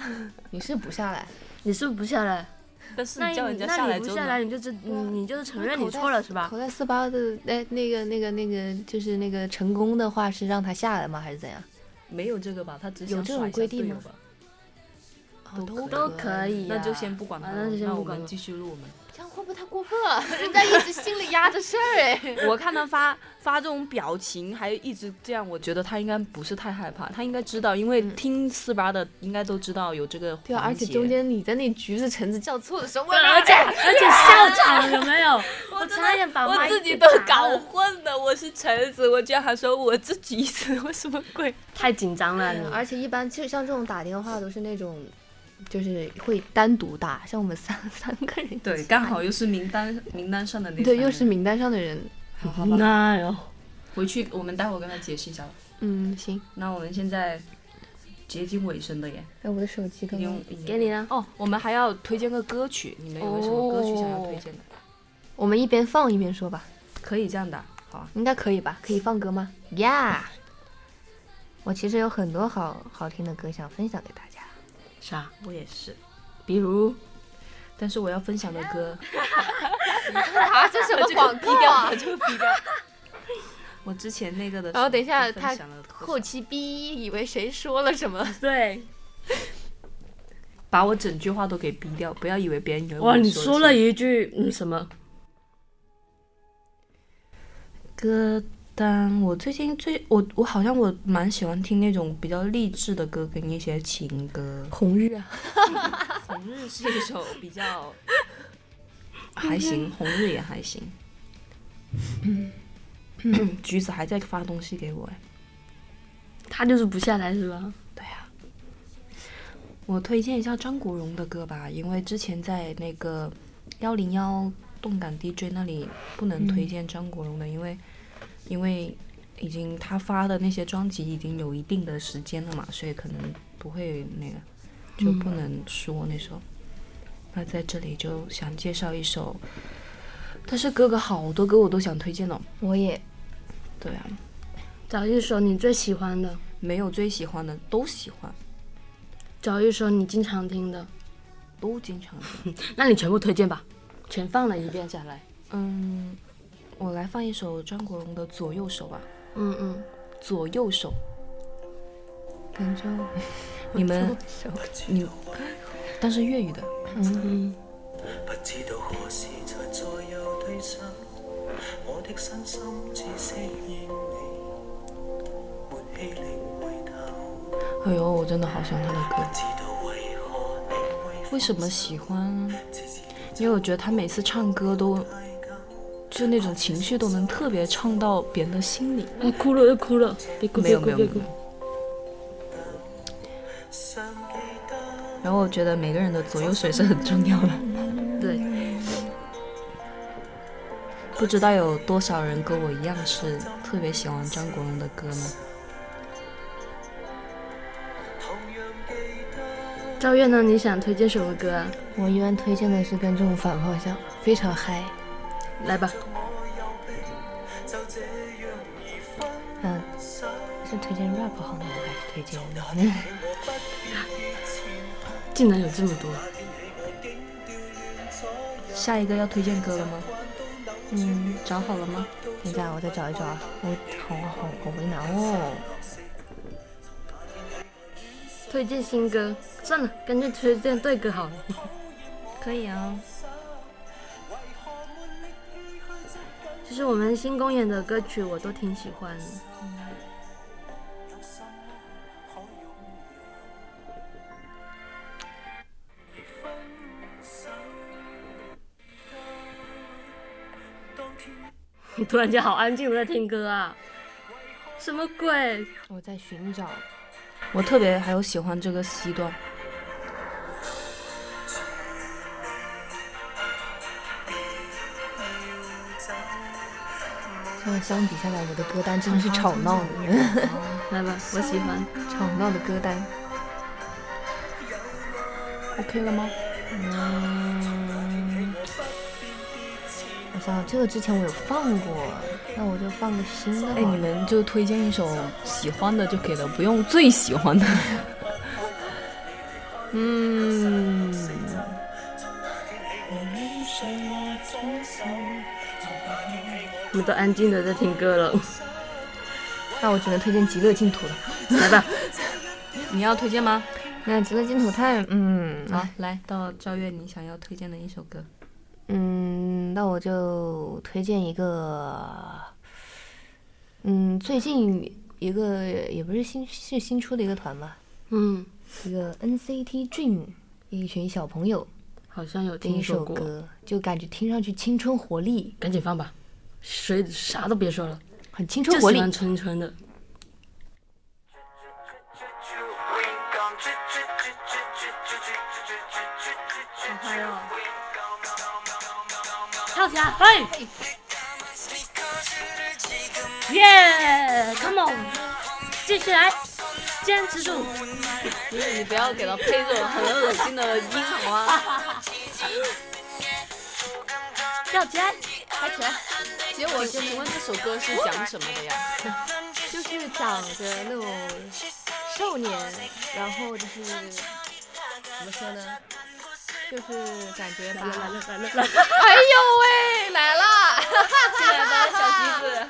A: 你是不下来？
C: 你是不是不下来？
D: 但是
C: 那
D: 你
C: 你
D: 叫人家
C: 那
D: 下
C: 你
D: 来
C: 不
D: 之后
C: 下
D: 呢，
C: 来，你就知
A: 啊
C: 你你就是承认
A: 口
C: 你
A: 袋
C: 错了是吧？
A: 口袋四八的哎，那个那个那个，就是那个成功的话是让他下来吗？还是怎样？
D: 没有这个吧？他只
A: 有
D: 想
A: 这
D: 耍
A: 种
D: 一下
A: 规定
D: 队友
A: 吗
D: 吧
A: 哦
D: 都
C: 都可。以、
D: 那就先。不管
C: 啊
D: 他
C: 那
D: 了，
C: 就先
D: 那
C: 不
D: 我
C: 管
D: 们
C: 了
D: 继续录我们。
A: 这样会不会太过分了？人家一直心里压着事儿哎。
D: 我看他发发这种表情，还一直这样，我觉得他应该不是太害怕，他应该知道，因为
A: 嗯
D: 听四八的应该都知道有这个
A: 对啊，而
D: 环
A: 且
D: 节
A: 中间你在那橘子橙子叫错的时候，我
C: 而且而且笑场有没有？我
D: 真的
C: 差点把
D: 我
C: 麦
D: 自己
C: 给
D: 都
C: 砸
D: 搞
C: 了
D: 混了，我是橙子，我居然还说我是 橘子，我什么鬼？
C: 太紧张了你。
A: 而且一般就像这种打电话都是那种，就是会单独打，像我们三三个人一起
D: 对，刚好又是名单名单上的那
A: 对，
D: 三
A: 又
D: 人
A: 是名单上的人。
D: 好好吧，
C: 那哟，
D: 回去我们待会儿跟他解释一下吧。
A: 嗯，行，
D: 那我们现在接近尾声的耶，
A: 哎，我的手机
D: 已
A: 刚刚
D: 经，已经
C: 给你了。
D: 哦，我们还要推荐个歌曲，你们有什么歌曲想要推荐的？
A: 我们一边放一边说吧，
D: 可以这样的啊，好啊。
A: 应该可以吧？可以放歌吗？Yeah，我其实有很多好好听的歌想分享给大家。
C: 啥？
D: 我也是，
C: 比如
D: 但是我要分享的歌，
A: 啊，这什么广告啊？
D: 这个逼掉。我之前那个的时候，
A: 然后等一下
D: 就
A: 他
D: 分享了
A: 后期逼以为谁说了什么？
C: 对，
D: 把我整句话都给逼掉，不要以为别人以为
C: 哇，
D: 我
C: 你
D: 说
C: 说了一句嗯什么？
D: 歌单，我最近最我我好像我蛮喜欢听那种比较励志的歌，跟一些情歌。
A: 红日啊，
D: 红日是一首比 较还行，
A: 嗯
D: 红日也还行。橘子还在发东西给我哎，
C: 他就是不下来是吧？
D: 对呀、我推荐一下张国荣的歌吧，因为之前在那个幺零幺动感 DJ 那里不能推荐张国荣的，因为因为已经他发的那些专辑已经有一定的时间了嘛，所以可能不会那个就不能说那首。那在这里就想介绍一首，但是哥哥好多歌我都想推荐哦。
A: 我也
D: 对啊，
C: 找一首你最喜欢的，
D: 没有最喜欢的，都喜欢，
C: 找一首你经常听的，
D: 都经常听。
C: 那你全部推荐吧，全放了一遍下来。
D: 嗯，我来放一首张国荣的《左右手》吧，
C: 嗯嗯，
D: 《左右手》。
A: 感觉我
D: 你们，你，但是粤语的，
F: 不知道何時才再有對手，我的身心只適應你，沒氣力回頭。
D: 哎呦，我真的好喜欢他的歌。
F: 知道為何你會
D: 为什么喜欢？因为我觉得他每次唱歌都，就那种情绪都能特别唱到别人的心里。
C: 要哎哭了要哭了，别哭
D: 没
C: 别
D: 有
C: 哭
D: 没有没
C: 别
D: 有
C: 哭
D: 没。有。然后我觉得每个人的左右手是很重要的。
C: 对，
D: 不知道有多少人跟我一样是特别喜欢张国荣的歌呢？
F: 同樣記得？
C: 赵月呢？你想推荐什么歌啊？
A: 我一般推荐的是跟这种反方向，非常嗨。
C: 来吧，
F: 我有病，就這樣而分
A: 嗯，
F: 手。
A: 是推荐 rap 好呢，还是推荐呢？
F: 你我不必於前後，
C: 竟然有这么多，
F: 那天起我竟調亂左右，
D: 下一个要推荐歌了吗？
F: 慣都扭轉
D: 嗯
F: 了，
D: 找好了吗？
A: 等一下，我再找一找啊，我好好好为难哦。
C: 推荐新歌。算了，干脆推荐对歌 好了。
D: 可以啊。
C: 其实我们新公演的歌曲我都挺喜欢的。你 突然间好安静的在听歌啊，什么鬼？
A: 我在寻找，
D: 我特别还有喜欢这个 C 段，
C: 嗯
A: 像相比下来，我的歌单真的是吵闹的，
C: 来吧，我喜欢。
A: 吵闹的歌单。OK 了吗？嗯，我放，这个之前我有放过，那我就放个新的吧。
G: 哎，你们就推荐一首喜欢的就可以了，不用最喜欢的。
D: 嗯，
C: 我们都安静的在听歌了，
A: 那我只能推荐《极乐净土》了。
C: 来吧，
D: 你要推荐吗？
A: 那《极乐净土》太嗯
D: 好，来到赵月，你想要推荐的一首歌。
A: 嗯，那我就推荐一个，嗯，最近一个也不是新是新出的一个团吧，
C: 嗯，
A: 一个 NCT Dream 一群小朋友
C: 好像有
A: 的
C: 听
A: 一
C: 说
A: 首
C: 过，
A: 歌，就感觉听上去青春活力，
C: 赶紧放吧，谁啥都别说了，
A: 很青
C: 就
A: 春活
C: 喜
A: 力。
C: 欢纯纯的。跳起来，嘿！耶、c o m on，继续来，坚持住！
D: 不是，你不要给他配这种很恶心的音好吗？
C: 跳起来，抬起来！
D: 结果，请问这首歌是讲什么的呀？
A: 就是长着那种少年，然后就是怎么说呢，就是感觉把
H: 哎呦喂，来了！
D: 进来吧，小鸡子。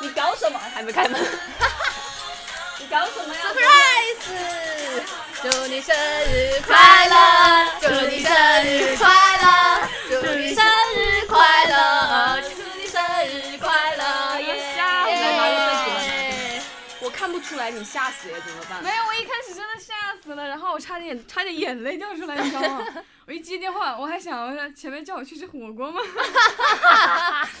D: 你搞什么？还没开门？你搞什么呀？
H: 祝你生日快乐，祝你生日快乐，祝你生日快乐，祝你生日快乐！耶！
D: 哎吓死人了我看不出来你吓死耶，怎么办？
E: 没有，我一开始真的吓死了，然后我差点差点眼泪掉出来，你知道 吗？我一接电话，我还想我说前面叫我去吃火锅 吗？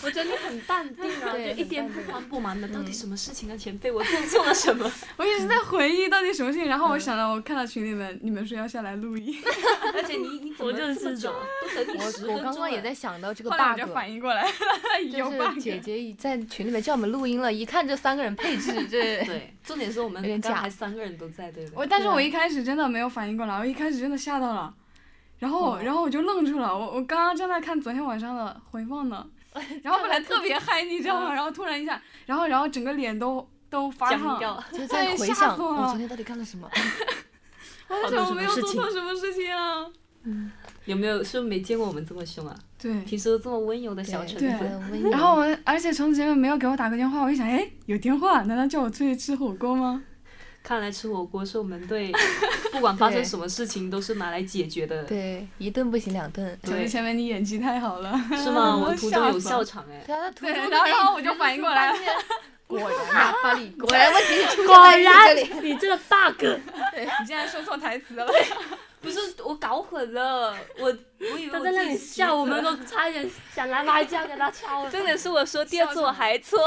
D: 我觉得你很淡定啊，就
A: 对
D: 一点不慌不忙的。到底什么事情啊，前辈？我做错了什么？
E: 我一直在回忆到底什么事情，然后我想到我看到群里面你们说要下来录音，
D: 而且你你怎么这么久啊？都等你十分钟
A: 我刚刚也
D: 了
A: 在想到这个
E: 后来我
A: bug，
E: 就反应过来了， 有
A: 就是
E: bug。
A: 姐姐已在群里面叫我们录音了，一看这三个人配置，这
D: 对，重点是我们
A: 有
G: 哎
A: 点
D: 刚
A: 假
D: 才三个人都在，对不对？
E: 我但是我一开始真的没有反应过来，我一开始真的吓到了，然后、然后我就愣住了，我我刚刚正在看昨天晚上的回放呢，然后本来特别嗨，你知道吗？然后突然一下，然后然后整个脸都都发
D: 僵
E: 烫，
D: 掉，
A: 就在
E: 对
A: 回
E: 吓
A: 想
E: 死我
A: 我
E: 了
A: 昨天到底干了什么。
E: 我
C: 发
E: 想
C: 生
E: 我
C: 什么
E: 没有
C: 事
E: 做
C: 情
E: 错什么事情啊？
D: 有没有？是不是没见过我们这么凶啊？
E: 对，
D: 平时都这么温柔的小橙
E: 对
D: 子，
A: 对啊
E: 然后我，而且橙子前面没有给我打个电话，我一想，哎，有电话，难道叫我出去吃火锅吗？
D: 看来吃火锅是我们对 不管发生
A: 对
D: 什么事情都是拿来解决的，
A: 对一顿不行两顿，
E: 橙
D: 对
E: 子前面你演技太好了，
D: 是吗？我
E: 我
D: 途中有
E: 吓死了
D: 笑场哎，
A: 对啊，他突
E: 对，然后然后我就反应过来了，
A: 果然啊，巴黎，果然问题出现在这里。
C: 你这个 bug，
E: 你竟然说错台词了，
D: 不是我搞混了，我我以为
C: 他
D: 我
C: 在那
D: 自己
C: 里
D: 习
C: 笑，我
D: 字
C: 们都差一点想拿麻将给他敲了。
D: 真的是我说第二次我还错，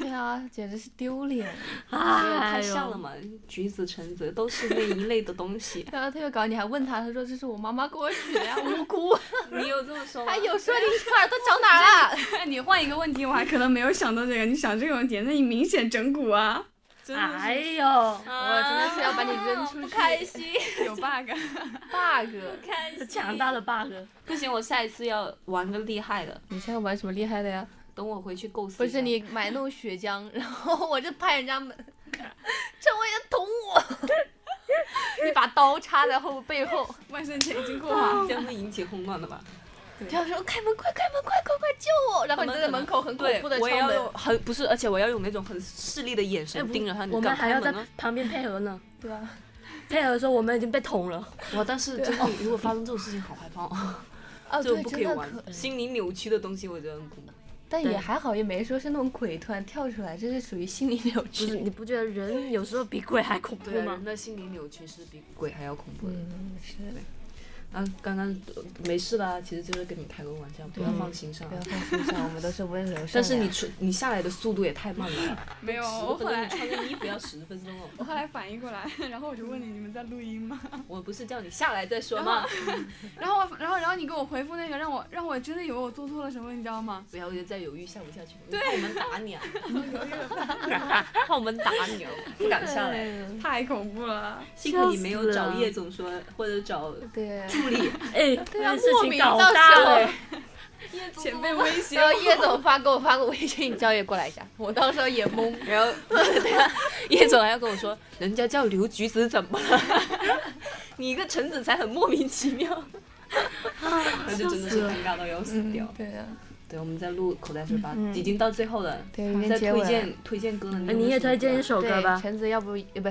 A: 对啊，简直是丢脸。。
D: 太
C: 哎
D: 像了
C: 呦，
D: 嘛，橘子、橙子都是那一类的东 西
A: 然后特别搞，你还问他，他说这是我妈妈给我取的呀，我哭。
D: 你有这么说吗？
A: 还有说你耳朵长哪儿了？
E: 哎你换一个问题，我还可能没有想到这个，你想这个问题，那你明显整蛊啊，真的
C: 哎呦，
A: 我真的是要把你扔出去。
D: 啊开 心，
E: 是有 bug。
A: bug，
D: 开心，
C: 强大的 bug，
D: 不行，我下一次要玩个厉害的，
A: 你现在玩什么厉害的呀？
D: 等我回去构思。
A: 不是，你买那种血浆，然后我就拍人家们，成为了捅 我，一把刀插在后背 后，
E: 万圣节已经过完，
D: 这样会引起轰乱的吧？
A: 然后说开门快开门快快快救我，然后你就在门口很恐
D: 对，
A: 怖的敲
D: 我也要
A: 门
D: 用，很不是，而且我要用那种很势利的眼神盯着他。你
C: 我们
D: 敢
C: 还
D: 开
C: 要在
D: 门啊？
C: 旁边配合呢。
A: 对啊，
C: 配合说我们已经被捅了，
D: 哇，哦但是真的，如果发生这种事情，好害怕哦，
A: 哦
D: 这种
A: 对，
D: 不可
A: 真
D: 以
A: 的可
D: 玩，，心理扭曲的东西，我觉得很恐怖。
A: 但也
C: 对
A: 还好，也没说是那种鬼突然跳出来，这是属于心理扭
C: 不是
A: 曲。
C: 你不觉得人有时候比鬼还恐怖
D: 对啊，
C: 吗
D: 人？的心理扭曲是比鬼还要恐怖的。
A: 嗯，是
D: 啊，刚刚呃没事啦，其实就是跟你开个玩笑，不要放心上
A: 不。要放心上，我们都是温柔善良。
D: 但是你出你下来的速度也太慢了，
E: 没有，
D: 十
E: 我
D: 分
E: 后
D: 钟你
E: 来
D: 穿个衣服要十分钟哦。
E: 我后来反应过来，然后我就问你，你们在录音吗？
D: 我不是叫你下来再说吗？
E: 然后我然后然后你给我回复那个，让我让我真的以为我做错了什么，你知道吗？
D: 不要再犹豫下不下去，对，怕我们打你啊！怕我们打你哦，不敢下来。
E: 哎太恐怖了。
D: 幸亏你没有找叶总说，或者找
A: 对，
D: 助 力。
C: 哎，
B: 对啊
C: 这事
B: 莫
C: 情
B: 名
C: 搞
B: 到
C: 大
B: 时候
C: 了。
B: 前辈威 胁。然后叶总发给我发个微信，你叫叶过来一下，我到时候也懵。
D: 然后对啊，叶总还要跟我说，人家叫刘菊子怎么了？ 你一个陈子才很莫名其 妙。 那就真的是尴尬到要死掉。
B: 对啊，
D: 对，我们在录口袋是吧？
A: 嗯
D: 已经到最后了，
A: 对，有
D: 在
A: 点结
D: 推
A: 尾了。啊
D: 荐推荐歌了。
C: 哎
D: 你
C: 你也推荐一
D: 首？
C: 首 歌
A: 对，
C: 吧。
A: 橙子，要不呃不，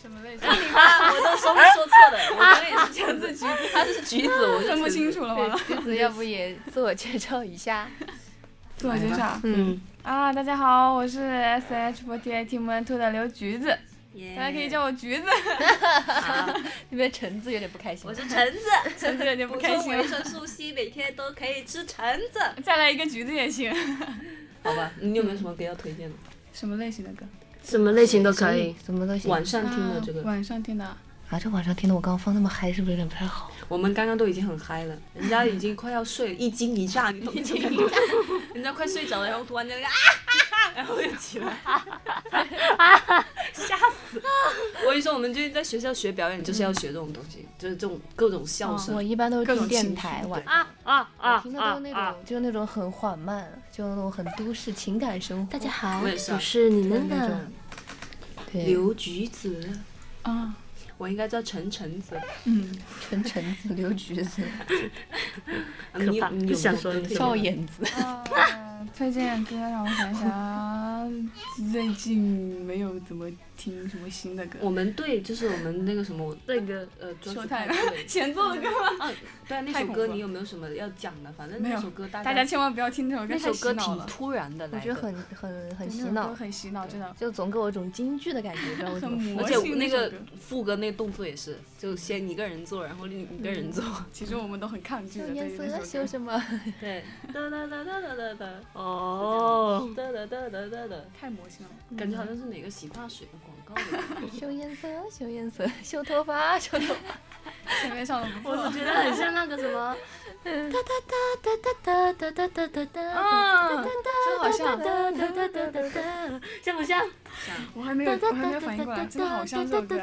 I: 什么类型？
D: 我都说说错的，我刚刚也是这样子，橘子，他就是橘子，我是
I: 分不
D: 橙子
I: 清。楚了吗？
B: 橘子要不也自我介绍一下？
I: 自我介绍
A: 嗯，
I: 啊，大家好，我是 S H 4 8 Team One Two 的刘橘子，大家可以叫我橘子，
B: 那边橙子有点不开心
D: 我。是橙子，
I: 橙 子有点不
D: 补
I: 开
D: 充
I: 心
D: 维
I: 了，
D: 生素 C，每天都可以吃橙子。
I: 再来一个橘子也行。
D: 好吧，你
A: 嗯
D: 有没有什么歌要推荐的？
I: 什么类型的歌？
C: 什么类型都可以。
A: 什么都行。
D: 晚上听的这
I: 啊
D: 个，
I: 晚上听的啊，
A: 啊，这晚上听的我刚刚放那么嗨，是不是有点不太好？
D: 我们刚刚都已经很嗨了，人家已经快要睡了，一惊一乍，你懂吗？人家快睡着了，然后突然间那个啊 哈哈，然后又起 来，吓死！我跟你说，我们最近在学校学表演，就是
E: 嗯
D: 要学这种东西，就是这种各种
E: 哦
D: 笑声
A: 我。一般都是
I: 各种
A: 听电
I: 情
A: 台
D: 绪
A: 晚
D: 对
A: 上，
C: 啊
A: 我听的都是那种，就是那种很缓慢，就那种很都市情感生活。
C: 大家好，
D: 我也是啊
C: 我是你
A: 的
C: 们
A: 那种
C: 的。，
A: 对，
D: 刘橘子，哦
I: 啊，
D: 我应该叫陈橙子。
I: 嗯，
A: 纯橙子、刘橘子、
D: 啊你
C: 怕
D: 你
C: 不
D: 有
C: 想
D: 没有
C: 说
D: 跟
C: 这个
D: 上
A: 少眼子，
I: 啊 推荐歌让我想想，最近没有怎么听什么新的歌，
D: 我们对，就是我们那个什么，
C: 这个
D: 呃，专
I: 说
D: 属
I: 太
D: 派
I: 多，
D: 对
I: 前奏的歌吗？
D: 啊，对啊，那
I: 太
D: 首
I: 恐
D: 歌
I: 怖
D: 你
I: 了
D: 有没有什么要讲的？反正
I: 没
D: 那
I: 有
D: 首歌大
I: 大家千万不要听这首歌，
D: 那首
I: 太洗
D: 歌
I: 脑
D: 挺
I: 了，
D: 突然的来的，
A: 我觉得很很很
I: 对
A: 洗
I: 那首歌
A: 脑，
I: 很洗脑，真的。
A: 就总给我一种京剧的感觉，不知道为什
I: 很
A: 么。
I: 魔
D: 而且
I: 性
D: 那
I: 首
D: 个
I: 歌，
D: 副歌那个动作也是，就先一个人做，然后另一个人做。
I: 其实我们都很抗拒的。
A: 用
I: 对于
A: 颜
I: 那
A: 色
I: 首
A: 修
I: 歌，
A: 什么？
D: 对， 哒哒哒哒哒哒哒，
C: 哦，
D: 哒哒哒哒哒哒，
I: 太魔性了。
D: 感觉好像是哪个洗发水的广告的。
A: 修颜色，修颜色，修头发，修头 发。
I: 前面唱的不
C: 我
I: 错。
C: 觉得很像那个什么，哒哒哒哒哒哒哒哒哒哒
I: 嗯，真好像，
C: 哒哒哒哒哒哒，像不像？
I: 我还没有， 我还没有反应过来，真的好像这首歌。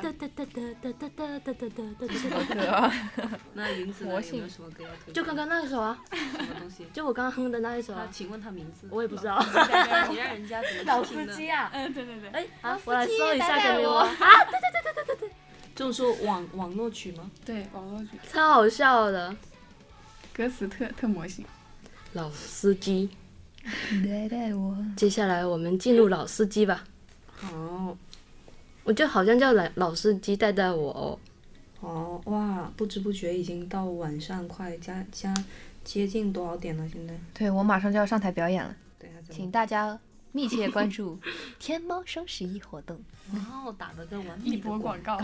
D: 那云子呢有没有什么歌要推荐？
C: 就刚刚那一首啊，
D: 什么东西？
C: 就我刚刚哼的那一首
D: 他
C: 啊，
D: 请问他名字？
C: 我也不知道。
D: 啊你让人家怎么
C: 老
D: 去听
C: 司
D: 呢？
C: 机啊，
I: 嗯，对对对，
C: 哎，啊，我来搜一下，给哦我，
D: 这种说网网络曲吗？
I: 对网络剧，
C: 超好笑的。
I: 歌词特特魔性。
C: 老司机，
A: 带带我，
C: 接下来我们进入老司机吧。
D: 哦
C: 我就好像叫老老司机带带我哦。
D: 哦哇！不知不觉已经到晚上快加加接近多少点了？现在
A: 对我马上就要上台表演了，
D: 等一下怎
A: 请
D: 么？
A: 大家密切关 注天猫双十一活动。
D: 哇哦，打了个完美
I: 一
D: 的
I: 波广 告，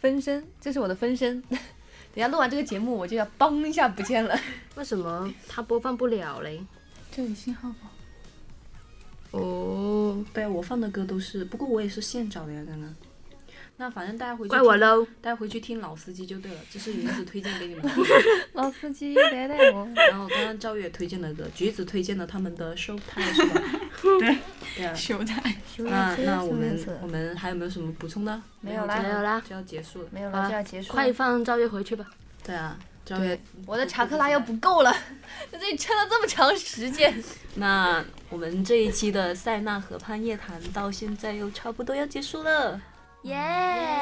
A: 分身，这是我的分身。 等一下录完这个节目，我就要嘣一下不见了。
C: 为什么它播放不了嘞？
I: 这里信号 不好。
C: 哦，
D: 对，我放的歌都是，不过我也是现找的呀，刚刚。那反正大家回去
C: 怪我
D: 听，
C: 喽。
D: 大家回去听老司机就对了，这是云子推荐给你们的。
A: 老司 机，带带我。
D: 然后刚刚赵月推荐的歌，橘子推荐了他们的收胎是吧？对，对啊。
I: 修台，
D: 啊那那我们我们还有没有什么补充的？
A: 没有啦，
D: 嗯
C: 没有啦，
D: 就要啊结束了。
A: 没有
C: 好
A: 了，
C: 啦
A: 就要结束了。
C: 快放赵月回去吧。
D: 对啊，赵月
A: 对，，我的查克拉又不够了， 在这里撑了这么长时间。
D: 那我们这一期的塞纳河畔夜谈到现在又差不多要结束了，
C: 耶！？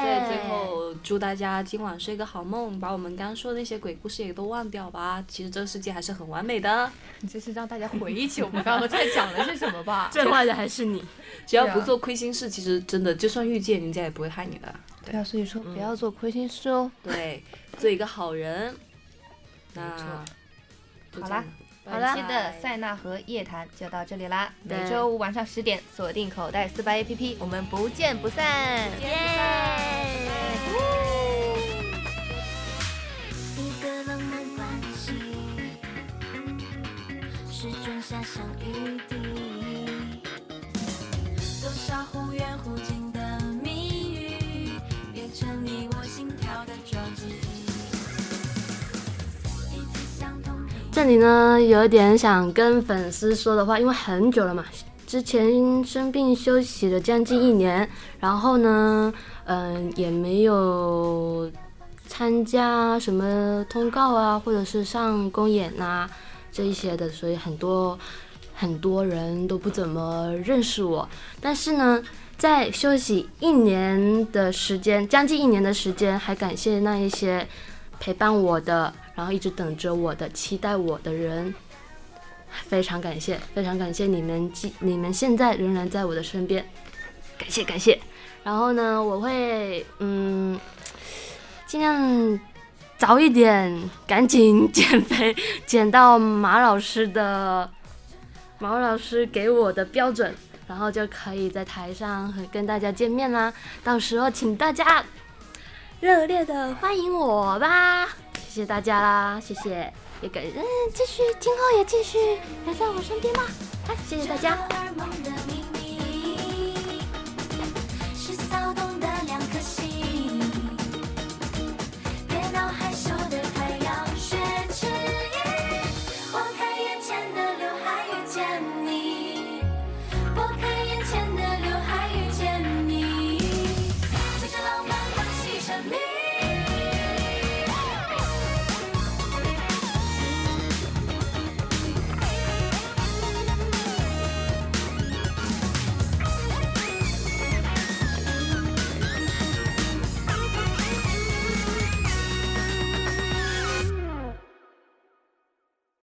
D: 在最后祝大家今晚睡个好梦，把我们刚刚说的那些鬼故事也都忘掉吧。其实这个世界还是很完美的，
A: 你这是让大家回忆起我们刚刚在讲的是什么吧
C: 最坏的还是你。
D: 只要不做亏心事，其实真的就算遇见人家也不会害你的。
A: 对啊，所以说不要做亏心事哦。
D: 对，做一个好人。那就这样
A: 好啦
D: 吧，
A: 好
D: 拜
A: 啦，期的塞纳河夜谈就到这里啦。
C: 对
A: 每周五晚上十点，锁定口袋四八 APP，我们不见不散。
H: 一个浪漫关系是春夏相遇地，多少忽远忽近的谜语，变成你我心跳的交集。一次相同频率
C: 这里呢，有点想跟粉丝说的话，因为很久了嘛，之前生病休息啊呃了将近一年，然后呢，嗯、也没有参加什么通告啊，或者是上公演呐、这一些的，所以很多很多人都不怎么认识我。但是呢，在休息一年的时间，将近一年的时间，还感谢那一些陪伴我的，然后一直等着我的、期待我的人，非常感谢，非常感谢你们，记你们现在仍然在我的身边，感谢感谢。然后呢，我会嗯，尽量早一点，赶紧减肥，减到马老师的毛老师给我的标准，然后就可以在台上和跟大家见面啦。到时候请大家热烈的欢迎我吧，谢谢大家啦，谢谢，也感嗯，继续今后也继续留在我身边吧，啊，谢谢大家。
H: 荷尔蒙的